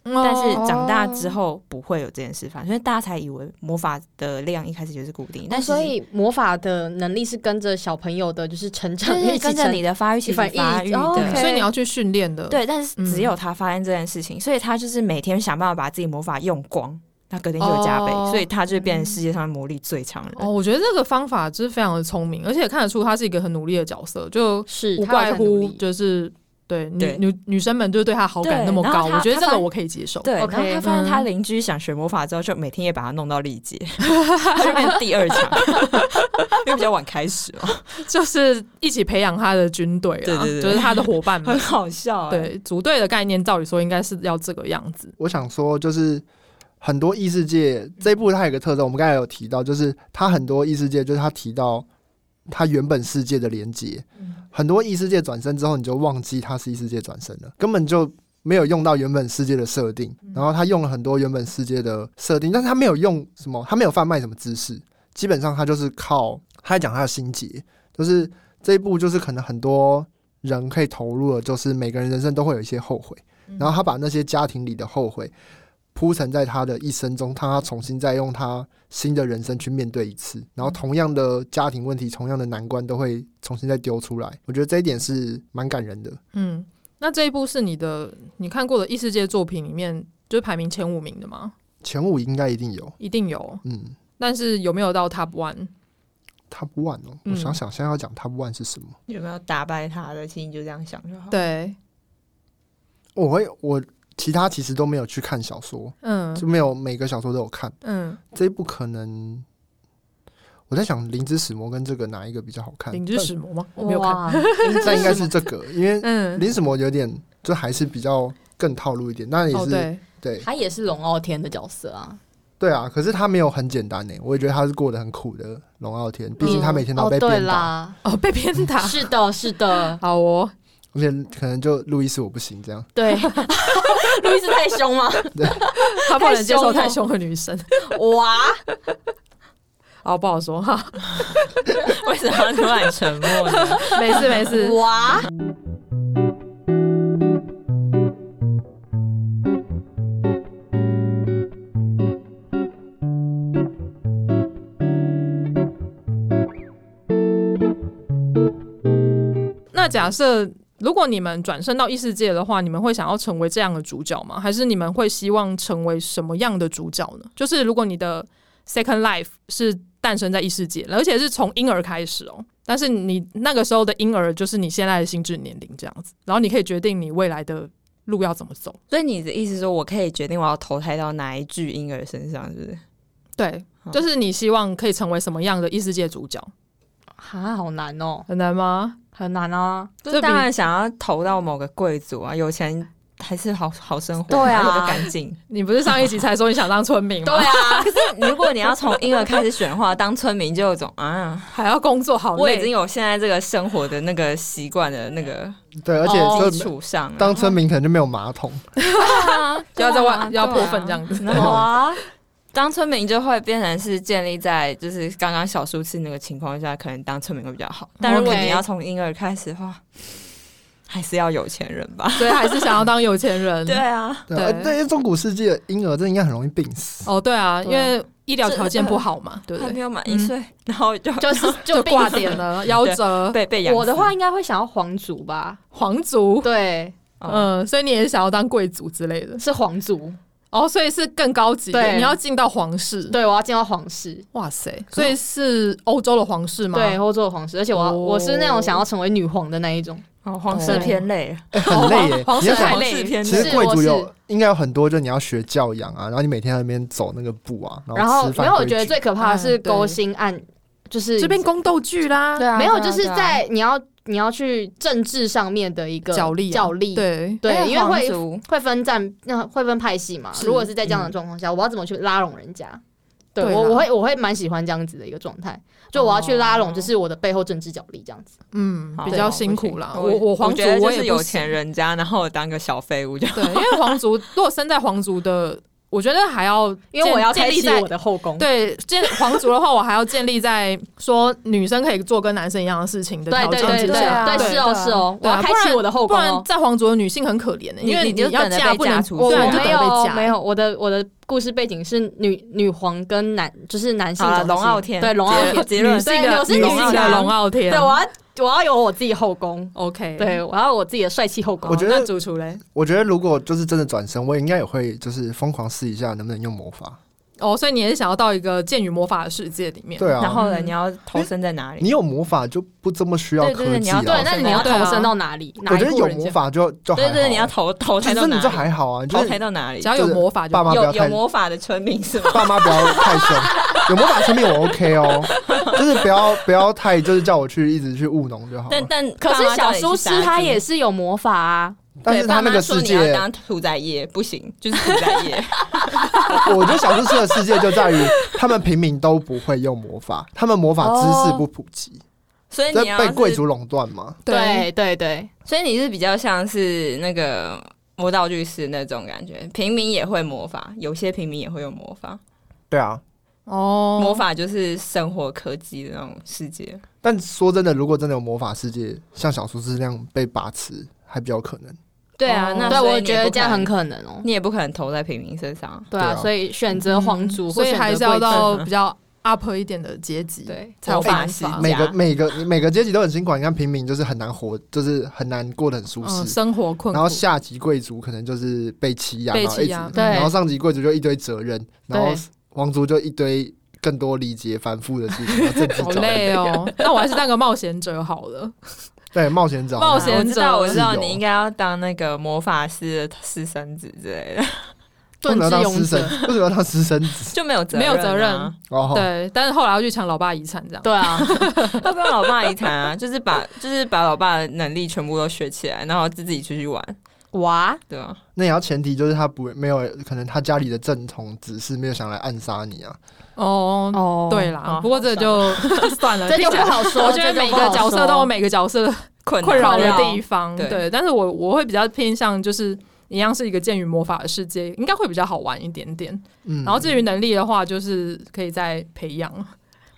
[SPEAKER 4] 但
[SPEAKER 1] 但
[SPEAKER 4] 是长大之后不会有这件事发生，所以大家才以为魔法的量一开始就是固定，但
[SPEAKER 5] 那
[SPEAKER 4] 其实
[SPEAKER 5] 所 以魔法的能力是跟着小朋友的，就是成
[SPEAKER 4] 就
[SPEAKER 5] 长一
[SPEAKER 4] 是
[SPEAKER 5] 起
[SPEAKER 4] 跟着
[SPEAKER 5] 成
[SPEAKER 4] 你的发育期发
[SPEAKER 5] 反
[SPEAKER 4] 育
[SPEAKER 5] 应
[SPEAKER 4] 的。
[SPEAKER 5] 哦，OK
[SPEAKER 1] 所以你要去训练的，，
[SPEAKER 4] 对，但是
[SPEAKER 1] 嗯
[SPEAKER 4] 只有他发现这件事情，所以他就是每天想办法把自己魔法用光，那隔天就有加倍，
[SPEAKER 1] 哦
[SPEAKER 4] 所以他就变成世界上魔力最强的人。
[SPEAKER 1] 哦，我觉得这个方法就是非常的聪明，而且看得出他是一个很努力的角色，就是无
[SPEAKER 5] 他
[SPEAKER 1] 怪
[SPEAKER 5] 很
[SPEAKER 1] 乎
[SPEAKER 5] 努力
[SPEAKER 1] 就是对女
[SPEAKER 4] 对
[SPEAKER 1] 女女生们就对他好感
[SPEAKER 4] 对
[SPEAKER 1] 那么
[SPEAKER 4] 然后
[SPEAKER 1] 高，
[SPEAKER 4] 他
[SPEAKER 1] 我觉得这
[SPEAKER 4] 他
[SPEAKER 1] 个
[SPEAKER 4] 发
[SPEAKER 1] 我可以接受。
[SPEAKER 4] 对，然后
[SPEAKER 5] ，OK，
[SPEAKER 4] 他发现他
[SPEAKER 1] 嗯
[SPEAKER 4] 邻居想学魔法之后，就每天也把他弄到历 届，他就变成第二强， 因为比较晚开始嘛，
[SPEAKER 1] 就是一起培养他的军队啊，
[SPEAKER 4] 对对对
[SPEAKER 1] 就是他的伙伴
[SPEAKER 4] 很
[SPEAKER 1] 们。
[SPEAKER 4] 好笑、欸。
[SPEAKER 1] 对，组队的概念，照理说应该是要这个样子。
[SPEAKER 2] 我想说，就是很多异世界这一部它有一个特征，我们刚才有提到，就是它很多异世界，就是它提到它原本世界的连接。
[SPEAKER 4] 嗯
[SPEAKER 2] 很多异世界转身之后，你就忘记它是异世界转身了，根本就没有用到原本世界的设定。然后它用了很多原本世界的设定，但是它没有用什么，它没有贩卖什么知识，基本上它就是靠它在讲它的心结，就是这一部就是可能很多人可以投入的，就是每个人人生都会有一些后悔。然后他把那些家庭里的后悔铺陈在他的一生中，让他重新再用他新的人生去面对一
[SPEAKER 1] 嗯
[SPEAKER 2] 次。然后同样的家庭问题、同样的难关都会重新再丢出来。我觉得这一点是蛮感人的。
[SPEAKER 1] 嗯，那这一部是你的你看过的异世界作品里面，就是排名前五名的吗？
[SPEAKER 2] 前五应该一定有，
[SPEAKER 1] 一定有，
[SPEAKER 2] 嗯
[SPEAKER 1] 但是有没有到 Top One？
[SPEAKER 2] ，Top One 哦，
[SPEAKER 1] 嗯
[SPEAKER 2] 我想想，现在要讲 Top One 是什么？
[SPEAKER 4] 有没有打败他的？其实你就这样想就好。
[SPEAKER 1] 对，
[SPEAKER 2] 我会我其他其实都没有去看小说，
[SPEAKER 1] 嗯
[SPEAKER 2] 就没有每个小说都有看。
[SPEAKER 1] 嗯，
[SPEAKER 2] 这一部可能我在想《灵之使魔》跟这个哪一个比较好看？
[SPEAKER 1] 灵之使魔吗？我没有看。
[SPEAKER 5] 哇，
[SPEAKER 2] 但但应该是这个，因为
[SPEAKER 1] 嗯，
[SPEAKER 2] 林什么有点就还是比较更套路一点，那也
[SPEAKER 1] 哦
[SPEAKER 2] 是、
[SPEAKER 1] 对，
[SPEAKER 2] 对
[SPEAKER 5] 他也是龙傲天的角色啊，
[SPEAKER 2] 对啊。可是他没有很简单呢，我也觉得他是过得很苦的龙傲天，毕竟他每天都
[SPEAKER 5] 哦
[SPEAKER 2] 被
[SPEAKER 5] 对
[SPEAKER 2] 鞭打，
[SPEAKER 5] 啦，
[SPEAKER 1] 哦被鞭打，
[SPEAKER 5] 是的，是的，
[SPEAKER 1] 好 哦，
[SPEAKER 2] 而且可能就路易斯我不行这样。
[SPEAKER 5] 对，路易斯太凶吗？
[SPEAKER 1] 他不能接受太
[SPEAKER 5] 太
[SPEAKER 1] 凶的女生，
[SPEAKER 5] 哇，
[SPEAKER 1] 哦不好说 哈，
[SPEAKER 4] 为 什么突然沉默呢？
[SPEAKER 1] 没 事没事，
[SPEAKER 5] 哇，
[SPEAKER 1] 那假设如果你们转身到异世界的话，你们会想要成为这样的主角吗？还是你们会希望成为什么样的主角呢？就是如果你的 second life 是诞生在异世界，而且是从婴儿开始哦，但是你那个时候的婴儿就是你现在的心智年龄这样子，然后你可以决定你未来的路要怎么走。
[SPEAKER 4] 所以你的意思是说我可以决定我要投胎到哪一具婴儿身上，是不是？
[SPEAKER 1] 对，
[SPEAKER 4] 好
[SPEAKER 1] 就是你希望可以成为什么样的异世界主角？
[SPEAKER 5] 啊，好难哦，
[SPEAKER 1] 很难吗？
[SPEAKER 5] 很难啊，
[SPEAKER 1] 这
[SPEAKER 4] 就
[SPEAKER 1] 比
[SPEAKER 4] 当然想要投到某个贵族啊，有钱还是好好生活，
[SPEAKER 5] 对啊
[SPEAKER 4] 活得干净。
[SPEAKER 1] 你不是上一集才说你想当村民吗？
[SPEAKER 4] 对啊，可是如果你要从婴儿开始选的话，当村民就有种啊，
[SPEAKER 1] 还要工作好累。
[SPEAKER 4] 我已经有现在这个生活的那个习惯的那个
[SPEAKER 2] 对，而且
[SPEAKER 5] 哦
[SPEAKER 4] 基
[SPEAKER 2] 就、
[SPEAKER 4] 础上了，
[SPEAKER 2] 当村民可能就没有马桶，
[SPEAKER 1] 就要在外、
[SPEAKER 4] 对啊
[SPEAKER 1] 要泼粪这样子。哦
[SPEAKER 4] 然后啊。当村民就会变成是建立在就是刚刚小叔吃那个情况下，可能当村民会比较好。但如果
[SPEAKER 5] OK
[SPEAKER 4] 你要从婴儿开始的话，还是要有钱人吧。
[SPEAKER 1] 所以还是想要当有钱人。
[SPEAKER 4] 对，啊，
[SPEAKER 2] 对啊，
[SPEAKER 1] 对
[SPEAKER 2] 对，因为中古世界婴儿真的应该很容易病死。
[SPEAKER 1] 哦，对啊，因
[SPEAKER 5] 对啊
[SPEAKER 1] 为医疗条件不好嘛，对不
[SPEAKER 4] 嗯还没
[SPEAKER 1] 对？
[SPEAKER 4] 有满一岁，嗯然后就
[SPEAKER 5] 就是
[SPEAKER 1] 就
[SPEAKER 5] 挂
[SPEAKER 1] 挂
[SPEAKER 5] 点
[SPEAKER 1] 点
[SPEAKER 5] 了。
[SPEAKER 1] 了，夭折
[SPEAKER 4] 被被养死。
[SPEAKER 5] 我的话应该会想要皇族 吧，
[SPEAKER 1] 皇族，
[SPEAKER 5] 对，
[SPEAKER 4] 嗯，
[SPEAKER 1] 嗯，所以你也想要当贵族之类的。
[SPEAKER 5] 是皇族，
[SPEAKER 1] 哦，所以是更高级的，
[SPEAKER 5] 对
[SPEAKER 1] 你要进到皇室。，
[SPEAKER 5] 对我要进到皇室，
[SPEAKER 1] 哇塞，所以是欧洲的皇室吗？
[SPEAKER 5] 对，，欧洲的皇室，而且我要
[SPEAKER 1] 哦
[SPEAKER 5] 我是那种想要成为女皇的那一种，
[SPEAKER 4] 哦，皇室偏累了，
[SPEAKER 2] 哎很累耶。
[SPEAKER 1] 皇
[SPEAKER 2] 你
[SPEAKER 1] 室
[SPEAKER 2] 要
[SPEAKER 1] 太
[SPEAKER 2] 想，
[SPEAKER 1] 累
[SPEAKER 4] 皇室偏
[SPEAKER 2] 其
[SPEAKER 4] 累
[SPEAKER 2] 实
[SPEAKER 5] 是
[SPEAKER 2] 贵
[SPEAKER 5] 我
[SPEAKER 2] 族
[SPEAKER 5] 是
[SPEAKER 2] 有应该有很多，就你要学教养啊，然后你每天在那边走那个步啊，
[SPEAKER 5] 然
[SPEAKER 2] 然后
[SPEAKER 5] 后
[SPEAKER 2] 吃
[SPEAKER 5] 没
[SPEAKER 2] 饭
[SPEAKER 5] 有，我
[SPEAKER 2] 规
[SPEAKER 5] 觉得
[SPEAKER 2] 矩
[SPEAKER 5] 最可怕的是
[SPEAKER 1] 嗯对
[SPEAKER 5] 勾心暗，就是
[SPEAKER 1] 这边宫斗剧啦。
[SPEAKER 5] 啊没有，就是
[SPEAKER 4] 对啊
[SPEAKER 5] 在你要你要去政治上面的一个
[SPEAKER 1] 角力啊
[SPEAKER 5] 角力，
[SPEAKER 1] 对，
[SPEAKER 5] 对，因为
[SPEAKER 4] 皇
[SPEAKER 5] 会
[SPEAKER 4] 族
[SPEAKER 5] 会分战，那会分派系嘛。
[SPEAKER 1] 是嗯
[SPEAKER 5] 如果是在这样的状况下，我要怎么去拉拢人家？对
[SPEAKER 1] 对
[SPEAKER 5] 我
[SPEAKER 1] 啦
[SPEAKER 5] 我会我会蛮喜欢这样子的一个状态，就我要去拉拢，
[SPEAKER 1] 哦
[SPEAKER 5] 就是我的背后政治角力这样子。
[SPEAKER 1] 嗯，比较辛苦啦。
[SPEAKER 4] 啊我
[SPEAKER 1] 我我皇族
[SPEAKER 4] 觉得
[SPEAKER 1] 我也
[SPEAKER 4] 就是
[SPEAKER 1] 不
[SPEAKER 4] 有
[SPEAKER 1] 行
[SPEAKER 4] 钱人家，然后我当个小废物就。
[SPEAKER 1] 对，因为皇族如果生在皇族的我觉得还要建，
[SPEAKER 5] 因为我要
[SPEAKER 1] 建
[SPEAKER 5] 开
[SPEAKER 1] 立
[SPEAKER 5] 启
[SPEAKER 1] 在
[SPEAKER 5] 我的后宫。
[SPEAKER 1] 对建皇族的话，我还要建立在说女生可以做跟男生一样的事情的
[SPEAKER 5] 对
[SPEAKER 1] 条
[SPEAKER 5] 对
[SPEAKER 1] 件
[SPEAKER 5] 对
[SPEAKER 1] 之
[SPEAKER 5] 对
[SPEAKER 1] 下
[SPEAKER 3] 啊
[SPEAKER 5] 对，
[SPEAKER 1] 对
[SPEAKER 5] 是哦是哦，我
[SPEAKER 1] 对啊
[SPEAKER 5] 要开启我的后
[SPEAKER 1] 不
[SPEAKER 5] 宫
[SPEAKER 1] 然
[SPEAKER 5] 哦。
[SPEAKER 1] 在皇族的女性很可怜的、欸
[SPEAKER 4] 你
[SPEAKER 1] 因为
[SPEAKER 4] 你就
[SPEAKER 1] 要
[SPEAKER 4] 等着
[SPEAKER 1] 嫁
[SPEAKER 4] 被
[SPEAKER 1] 不能
[SPEAKER 4] 嫁出
[SPEAKER 1] 对啊，
[SPEAKER 5] 我
[SPEAKER 1] 你就等
[SPEAKER 5] 没
[SPEAKER 1] 着被
[SPEAKER 5] 有
[SPEAKER 1] 嫁。
[SPEAKER 5] 没有，我的我的故事背景是女女皇跟男就是男性
[SPEAKER 4] 好了，
[SPEAKER 5] 中心
[SPEAKER 4] 龙傲天，
[SPEAKER 5] 对龙傲天
[SPEAKER 4] 结结论
[SPEAKER 5] 女性的
[SPEAKER 4] 对我是
[SPEAKER 1] 女
[SPEAKER 4] 女
[SPEAKER 1] 性的
[SPEAKER 4] 强
[SPEAKER 1] 龙傲天，
[SPEAKER 5] 对我要我要有我自己后宫，
[SPEAKER 1] OK，，
[SPEAKER 5] 对我要有我自己的帅气后宫。
[SPEAKER 2] 我觉得
[SPEAKER 5] 那主厨嘞，
[SPEAKER 2] 我觉得如果就是真的转身，我应该也会就是疯狂试一下能不能用魔法。
[SPEAKER 1] 哦，所以你也是想要到一个剑与魔法的世界里面，
[SPEAKER 2] 对啊，嗯
[SPEAKER 4] 然后呢，你要投身在哪里？
[SPEAKER 2] 你有魔法就不这么需要
[SPEAKER 4] 对对
[SPEAKER 2] 科技
[SPEAKER 4] 对你要
[SPEAKER 2] 啊。
[SPEAKER 5] 对，那你要投
[SPEAKER 1] 对啊
[SPEAKER 5] 身到哪里？哪
[SPEAKER 2] 我
[SPEAKER 5] 一
[SPEAKER 2] 觉得
[SPEAKER 5] 户
[SPEAKER 2] 有
[SPEAKER 5] 人
[SPEAKER 2] 魔
[SPEAKER 5] 家？
[SPEAKER 2] 法就就还
[SPEAKER 4] 对
[SPEAKER 2] 好
[SPEAKER 4] 对，你要投投
[SPEAKER 2] 其
[SPEAKER 4] 胎到
[SPEAKER 2] 实你
[SPEAKER 4] 哪
[SPEAKER 2] 就
[SPEAKER 4] 里？
[SPEAKER 2] 还好啊，就
[SPEAKER 4] 投
[SPEAKER 2] 是
[SPEAKER 4] 胎到哪里
[SPEAKER 1] 只？要有魔法就
[SPEAKER 2] 爸妈不
[SPEAKER 4] 有
[SPEAKER 2] 要
[SPEAKER 4] 有
[SPEAKER 2] 太
[SPEAKER 4] 魔法的村民 是吗？
[SPEAKER 2] 爸妈不要太凶，有魔法生命我 OK 哦，就是不要不要太就是叫我去一直去务农就好
[SPEAKER 4] 但
[SPEAKER 2] 了。
[SPEAKER 4] 但
[SPEAKER 5] 可是小苏师他也
[SPEAKER 4] 是，
[SPEAKER 5] 是有魔法啊，
[SPEAKER 2] 但是他那个世
[SPEAKER 4] 对爸妈说你要
[SPEAKER 2] 界，
[SPEAKER 4] 当屠宰业不行，就是屠宰业。
[SPEAKER 2] 我觉得小猪吃的世界就在于他们平民都不会用魔法，他们魔法知识不普及，
[SPEAKER 4] 所以
[SPEAKER 2] 这
[SPEAKER 4] 哦你要
[SPEAKER 2] 被
[SPEAKER 4] 是
[SPEAKER 2] 贵族垄断嘛。
[SPEAKER 1] 对
[SPEAKER 5] 对对对，
[SPEAKER 4] 所以你是比较像是那个魔道律师那种感觉，平民也会魔法，有些平民也会有魔法，
[SPEAKER 2] 对啊，
[SPEAKER 1] 哦，
[SPEAKER 4] 魔法就是生活科技的那种世界。
[SPEAKER 2] 但说真的，如果真的有魔法世界，像小猪是那样被把持，还比较可能。
[SPEAKER 4] 对啊，
[SPEAKER 1] 哦
[SPEAKER 4] 那
[SPEAKER 5] 对
[SPEAKER 4] 所以
[SPEAKER 5] 我
[SPEAKER 4] 你
[SPEAKER 5] 觉
[SPEAKER 4] 也
[SPEAKER 5] 得
[SPEAKER 4] 不
[SPEAKER 5] 这样
[SPEAKER 4] 能
[SPEAKER 5] 很可能哦。
[SPEAKER 4] 你也不可能投在平民身上。
[SPEAKER 5] 对
[SPEAKER 2] 对
[SPEAKER 5] 啊，
[SPEAKER 2] 啊
[SPEAKER 5] 所以选择皇族，
[SPEAKER 1] 嗯所以还是要到比较 up 一点的阶级，
[SPEAKER 4] 对，
[SPEAKER 1] 才有
[SPEAKER 4] 魔法
[SPEAKER 1] 办
[SPEAKER 4] 世
[SPEAKER 1] 法
[SPEAKER 2] 每个
[SPEAKER 4] 家。
[SPEAKER 2] 每个每个阶级都很辛苦，你看平民就是很难活，就是很难过得很舒
[SPEAKER 1] 嗯，
[SPEAKER 2] 适。
[SPEAKER 1] 生活困苦，
[SPEAKER 2] 然后下级贵族可能就是被欺压，
[SPEAKER 1] 被
[SPEAKER 2] 然后一
[SPEAKER 1] 欺压
[SPEAKER 2] 直
[SPEAKER 5] 对
[SPEAKER 2] 然后上级贵族就一堆责任，然后
[SPEAKER 5] 对
[SPEAKER 2] 王族就一堆更多理解繁复的事情，然后政治
[SPEAKER 1] 好
[SPEAKER 2] 角力
[SPEAKER 1] 累哦。 那我还是当个冒险者好了。
[SPEAKER 2] 对冒险者，
[SPEAKER 1] 冒险
[SPEAKER 4] 啊我知道，我知道，
[SPEAKER 2] 自由
[SPEAKER 4] 你应该要当那个魔法师的私生子之类的，
[SPEAKER 2] 为
[SPEAKER 1] 盾
[SPEAKER 2] 什么要
[SPEAKER 1] 之
[SPEAKER 2] 当
[SPEAKER 1] 勇
[SPEAKER 2] 私生
[SPEAKER 1] 者，？
[SPEAKER 2] 为什么要当私生子？
[SPEAKER 4] 就没有责
[SPEAKER 1] 没
[SPEAKER 5] 啊
[SPEAKER 4] 任、啊
[SPEAKER 1] 有责任
[SPEAKER 4] 任，
[SPEAKER 2] 哦，
[SPEAKER 1] 对，但是后来要去抢老爸遗产这样。
[SPEAKER 5] 对啊，
[SPEAKER 4] 要不要老爸遗产啊？ 就是把就是把老爸的能力全部都学起来，然后自己出去玩，
[SPEAKER 5] 哇，
[SPEAKER 4] 对吧、
[SPEAKER 2] 那也要前提就是他不没有，可能他家里的正统只是没有想来暗杀你啊。
[SPEAKER 1] 哦，
[SPEAKER 5] 哦
[SPEAKER 1] 对啦，不过这就 算了，
[SPEAKER 5] 这就
[SPEAKER 1] 听起来
[SPEAKER 5] 不好说
[SPEAKER 1] 我觉得
[SPEAKER 5] 这就
[SPEAKER 1] 每
[SPEAKER 5] 不好
[SPEAKER 1] 个角色
[SPEAKER 5] 说
[SPEAKER 1] 都有每个角色
[SPEAKER 4] 困
[SPEAKER 1] 困扰
[SPEAKER 4] 扰
[SPEAKER 1] 的
[SPEAKER 5] 扰
[SPEAKER 1] 地方，
[SPEAKER 4] 对
[SPEAKER 1] 对。但是我我会比较偏向就是。一样是一个剑与魔法的世界，应该会比较好玩一点点。
[SPEAKER 2] 嗯，
[SPEAKER 1] 然后至于能力的话，就是可以再培养。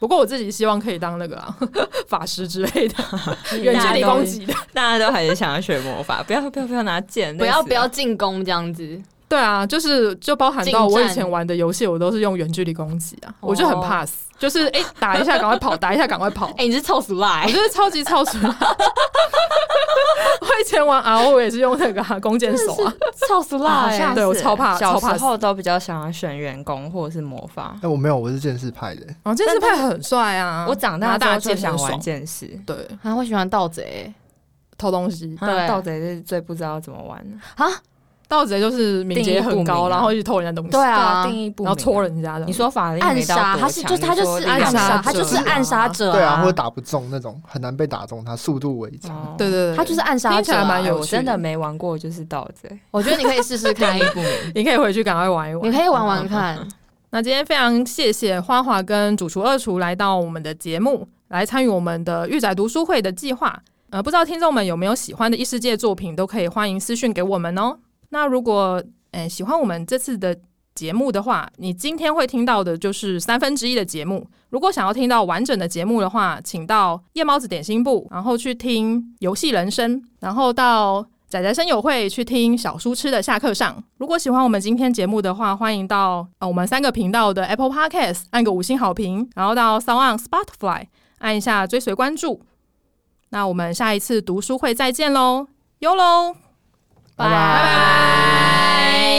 [SPEAKER 1] 不过我自己希望可以当那个啊 法师之类的，
[SPEAKER 4] 嗯
[SPEAKER 1] 远距离攻击的。
[SPEAKER 4] 大家都还是想要学魔法，不要不要不要拿剑，
[SPEAKER 5] 不要不要
[SPEAKER 4] 累
[SPEAKER 5] 进宫这样子，
[SPEAKER 1] 对啊，就是就包含到
[SPEAKER 5] 近
[SPEAKER 1] 我以
[SPEAKER 5] 战
[SPEAKER 1] 前玩的游戏，我都是用远距离攻击啊，
[SPEAKER 5] 哦
[SPEAKER 1] 我就很怕死，就是哎、诶打一下赶快跑，打一下赶快跑，
[SPEAKER 5] 哎，你是臭死赖
[SPEAKER 1] 我就是超级超熟。 我以前玩 R O 也是用那个啊、弓箭手啊，
[SPEAKER 5] 臭死
[SPEAKER 4] 死了，
[SPEAKER 5] 赖欸，
[SPEAKER 1] 对我超怕
[SPEAKER 4] 小
[SPEAKER 1] 超怕
[SPEAKER 4] 时候都比较想要选员工或者是魔法，
[SPEAKER 2] 哎，我没有，我是剑士派的。欸
[SPEAKER 1] 哦，剑士派很帅啊，
[SPEAKER 4] 我长
[SPEAKER 1] 拿
[SPEAKER 4] 大之
[SPEAKER 1] 大
[SPEAKER 4] 嗯后就
[SPEAKER 1] 剑
[SPEAKER 4] 想
[SPEAKER 1] 很
[SPEAKER 4] 玩
[SPEAKER 1] 爽
[SPEAKER 4] 剑士，
[SPEAKER 1] 对，
[SPEAKER 5] 啊，我喜欢盗贼
[SPEAKER 1] 偷东西，
[SPEAKER 4] 啊
[SPEAKER 5] 对
[SPEAKER 4] 盗贼是最不知道怎么玩的，
[SPEAKER 5] 啊，
[SPEAKER 1] 盗贼就是敏捷很
[SPEAKER 4] 定义不明
[SPEAKER 1] 高，
[SPEAKER 4] 啊
[SPEAKER 1] 然后去偷人家东西，
[SPEAKER 5] 对啊，
[SPEAKER 4] 定义不
[SPEAKER 1] 然
[SPEAKER 4] 明
[SPEAKER 1] 后
[SPEAKER 4] 啊
[SPEAKER 1] 戳。人家的。
[SPEAKER 4] 你说法力
[SPEAKER 5] 暗
[SPEAKER 4] 没到
[SPEAKER 5] 杀，
[SPEAKER 4] 多
[SPEAKER 5] 他是就
[SPEAKER 4] 强
[SPEAKER 5] 他
[SPEAKER 4] 你
[SPEAKER 5] 就
[SPEAKER 4] 说
[SPEAKER 5] 是
[SPEAKER 4] 力
[SPEAKER 5] 暗
[SPEAKER 4] 量
[SPEAKER 5] 杀，
[SPEAKER 4] 没
[SPEAKER 5] 他
[SPEAKER 4] 到
[SPEAKER 5] 就是
[SPEAKER 4] 多强
[SPEAKER 5] 暗杀者，
[SPEAKER 2] 对啊，或者打不中那种很难被打中，他速度为障。
[SPEAKER 4] 哦
[SPEAKER 1] 对对对，
[SPEAKER 5] 他就是暗杀
[SPEAKER 1] 听起
[SPEAKER 5] 者
[SPEAKER 1] 来
[SPEAKER 5] 啊，
[SPEAKER 1] 蛮
[SPEAKER 4] 哎
[SPEAKER 1] 有
[SPEAKER 4] 我
[SPEAKER 1] 趣
[SPEAKER 4] 真的
[SPEAKER 1] 的
[SPEAKER 4] 没玩过，就是盗贼。
[SPEAKER 5] 我觉得你可以试试看，
[SPEAKER 1] 你可以回去赶快玩一玩嗯
[SPEAKER 5] 你。可以玩玩看，
[SPEAKER 1] 那今天非常谢谢花花跟主厨二厨来到我们的节目，来参与我们的御宅读书会的计划。呃，不知道听众们有没有喜欢的异世界作品，都可以欢迎私讯给我们哦。那如果呃喜欢我们这次的节目的话，你今天会听到的就是三分之一的节目。如果想要听到完整的节目的话，请到夜猫子点心部，然后去听《游戏人生》，然后到仔仔声友会去听小书痴的下课上。如果喜欢我们今天节目的话，欢迎到呃我们三个频道的 Apple Podcast 按个五星好评，然后到 Sound on Spotify 按一下追随关注。那我们下一次读书会再见喽，哟喽，
[SPEAKER 5] 拜拜。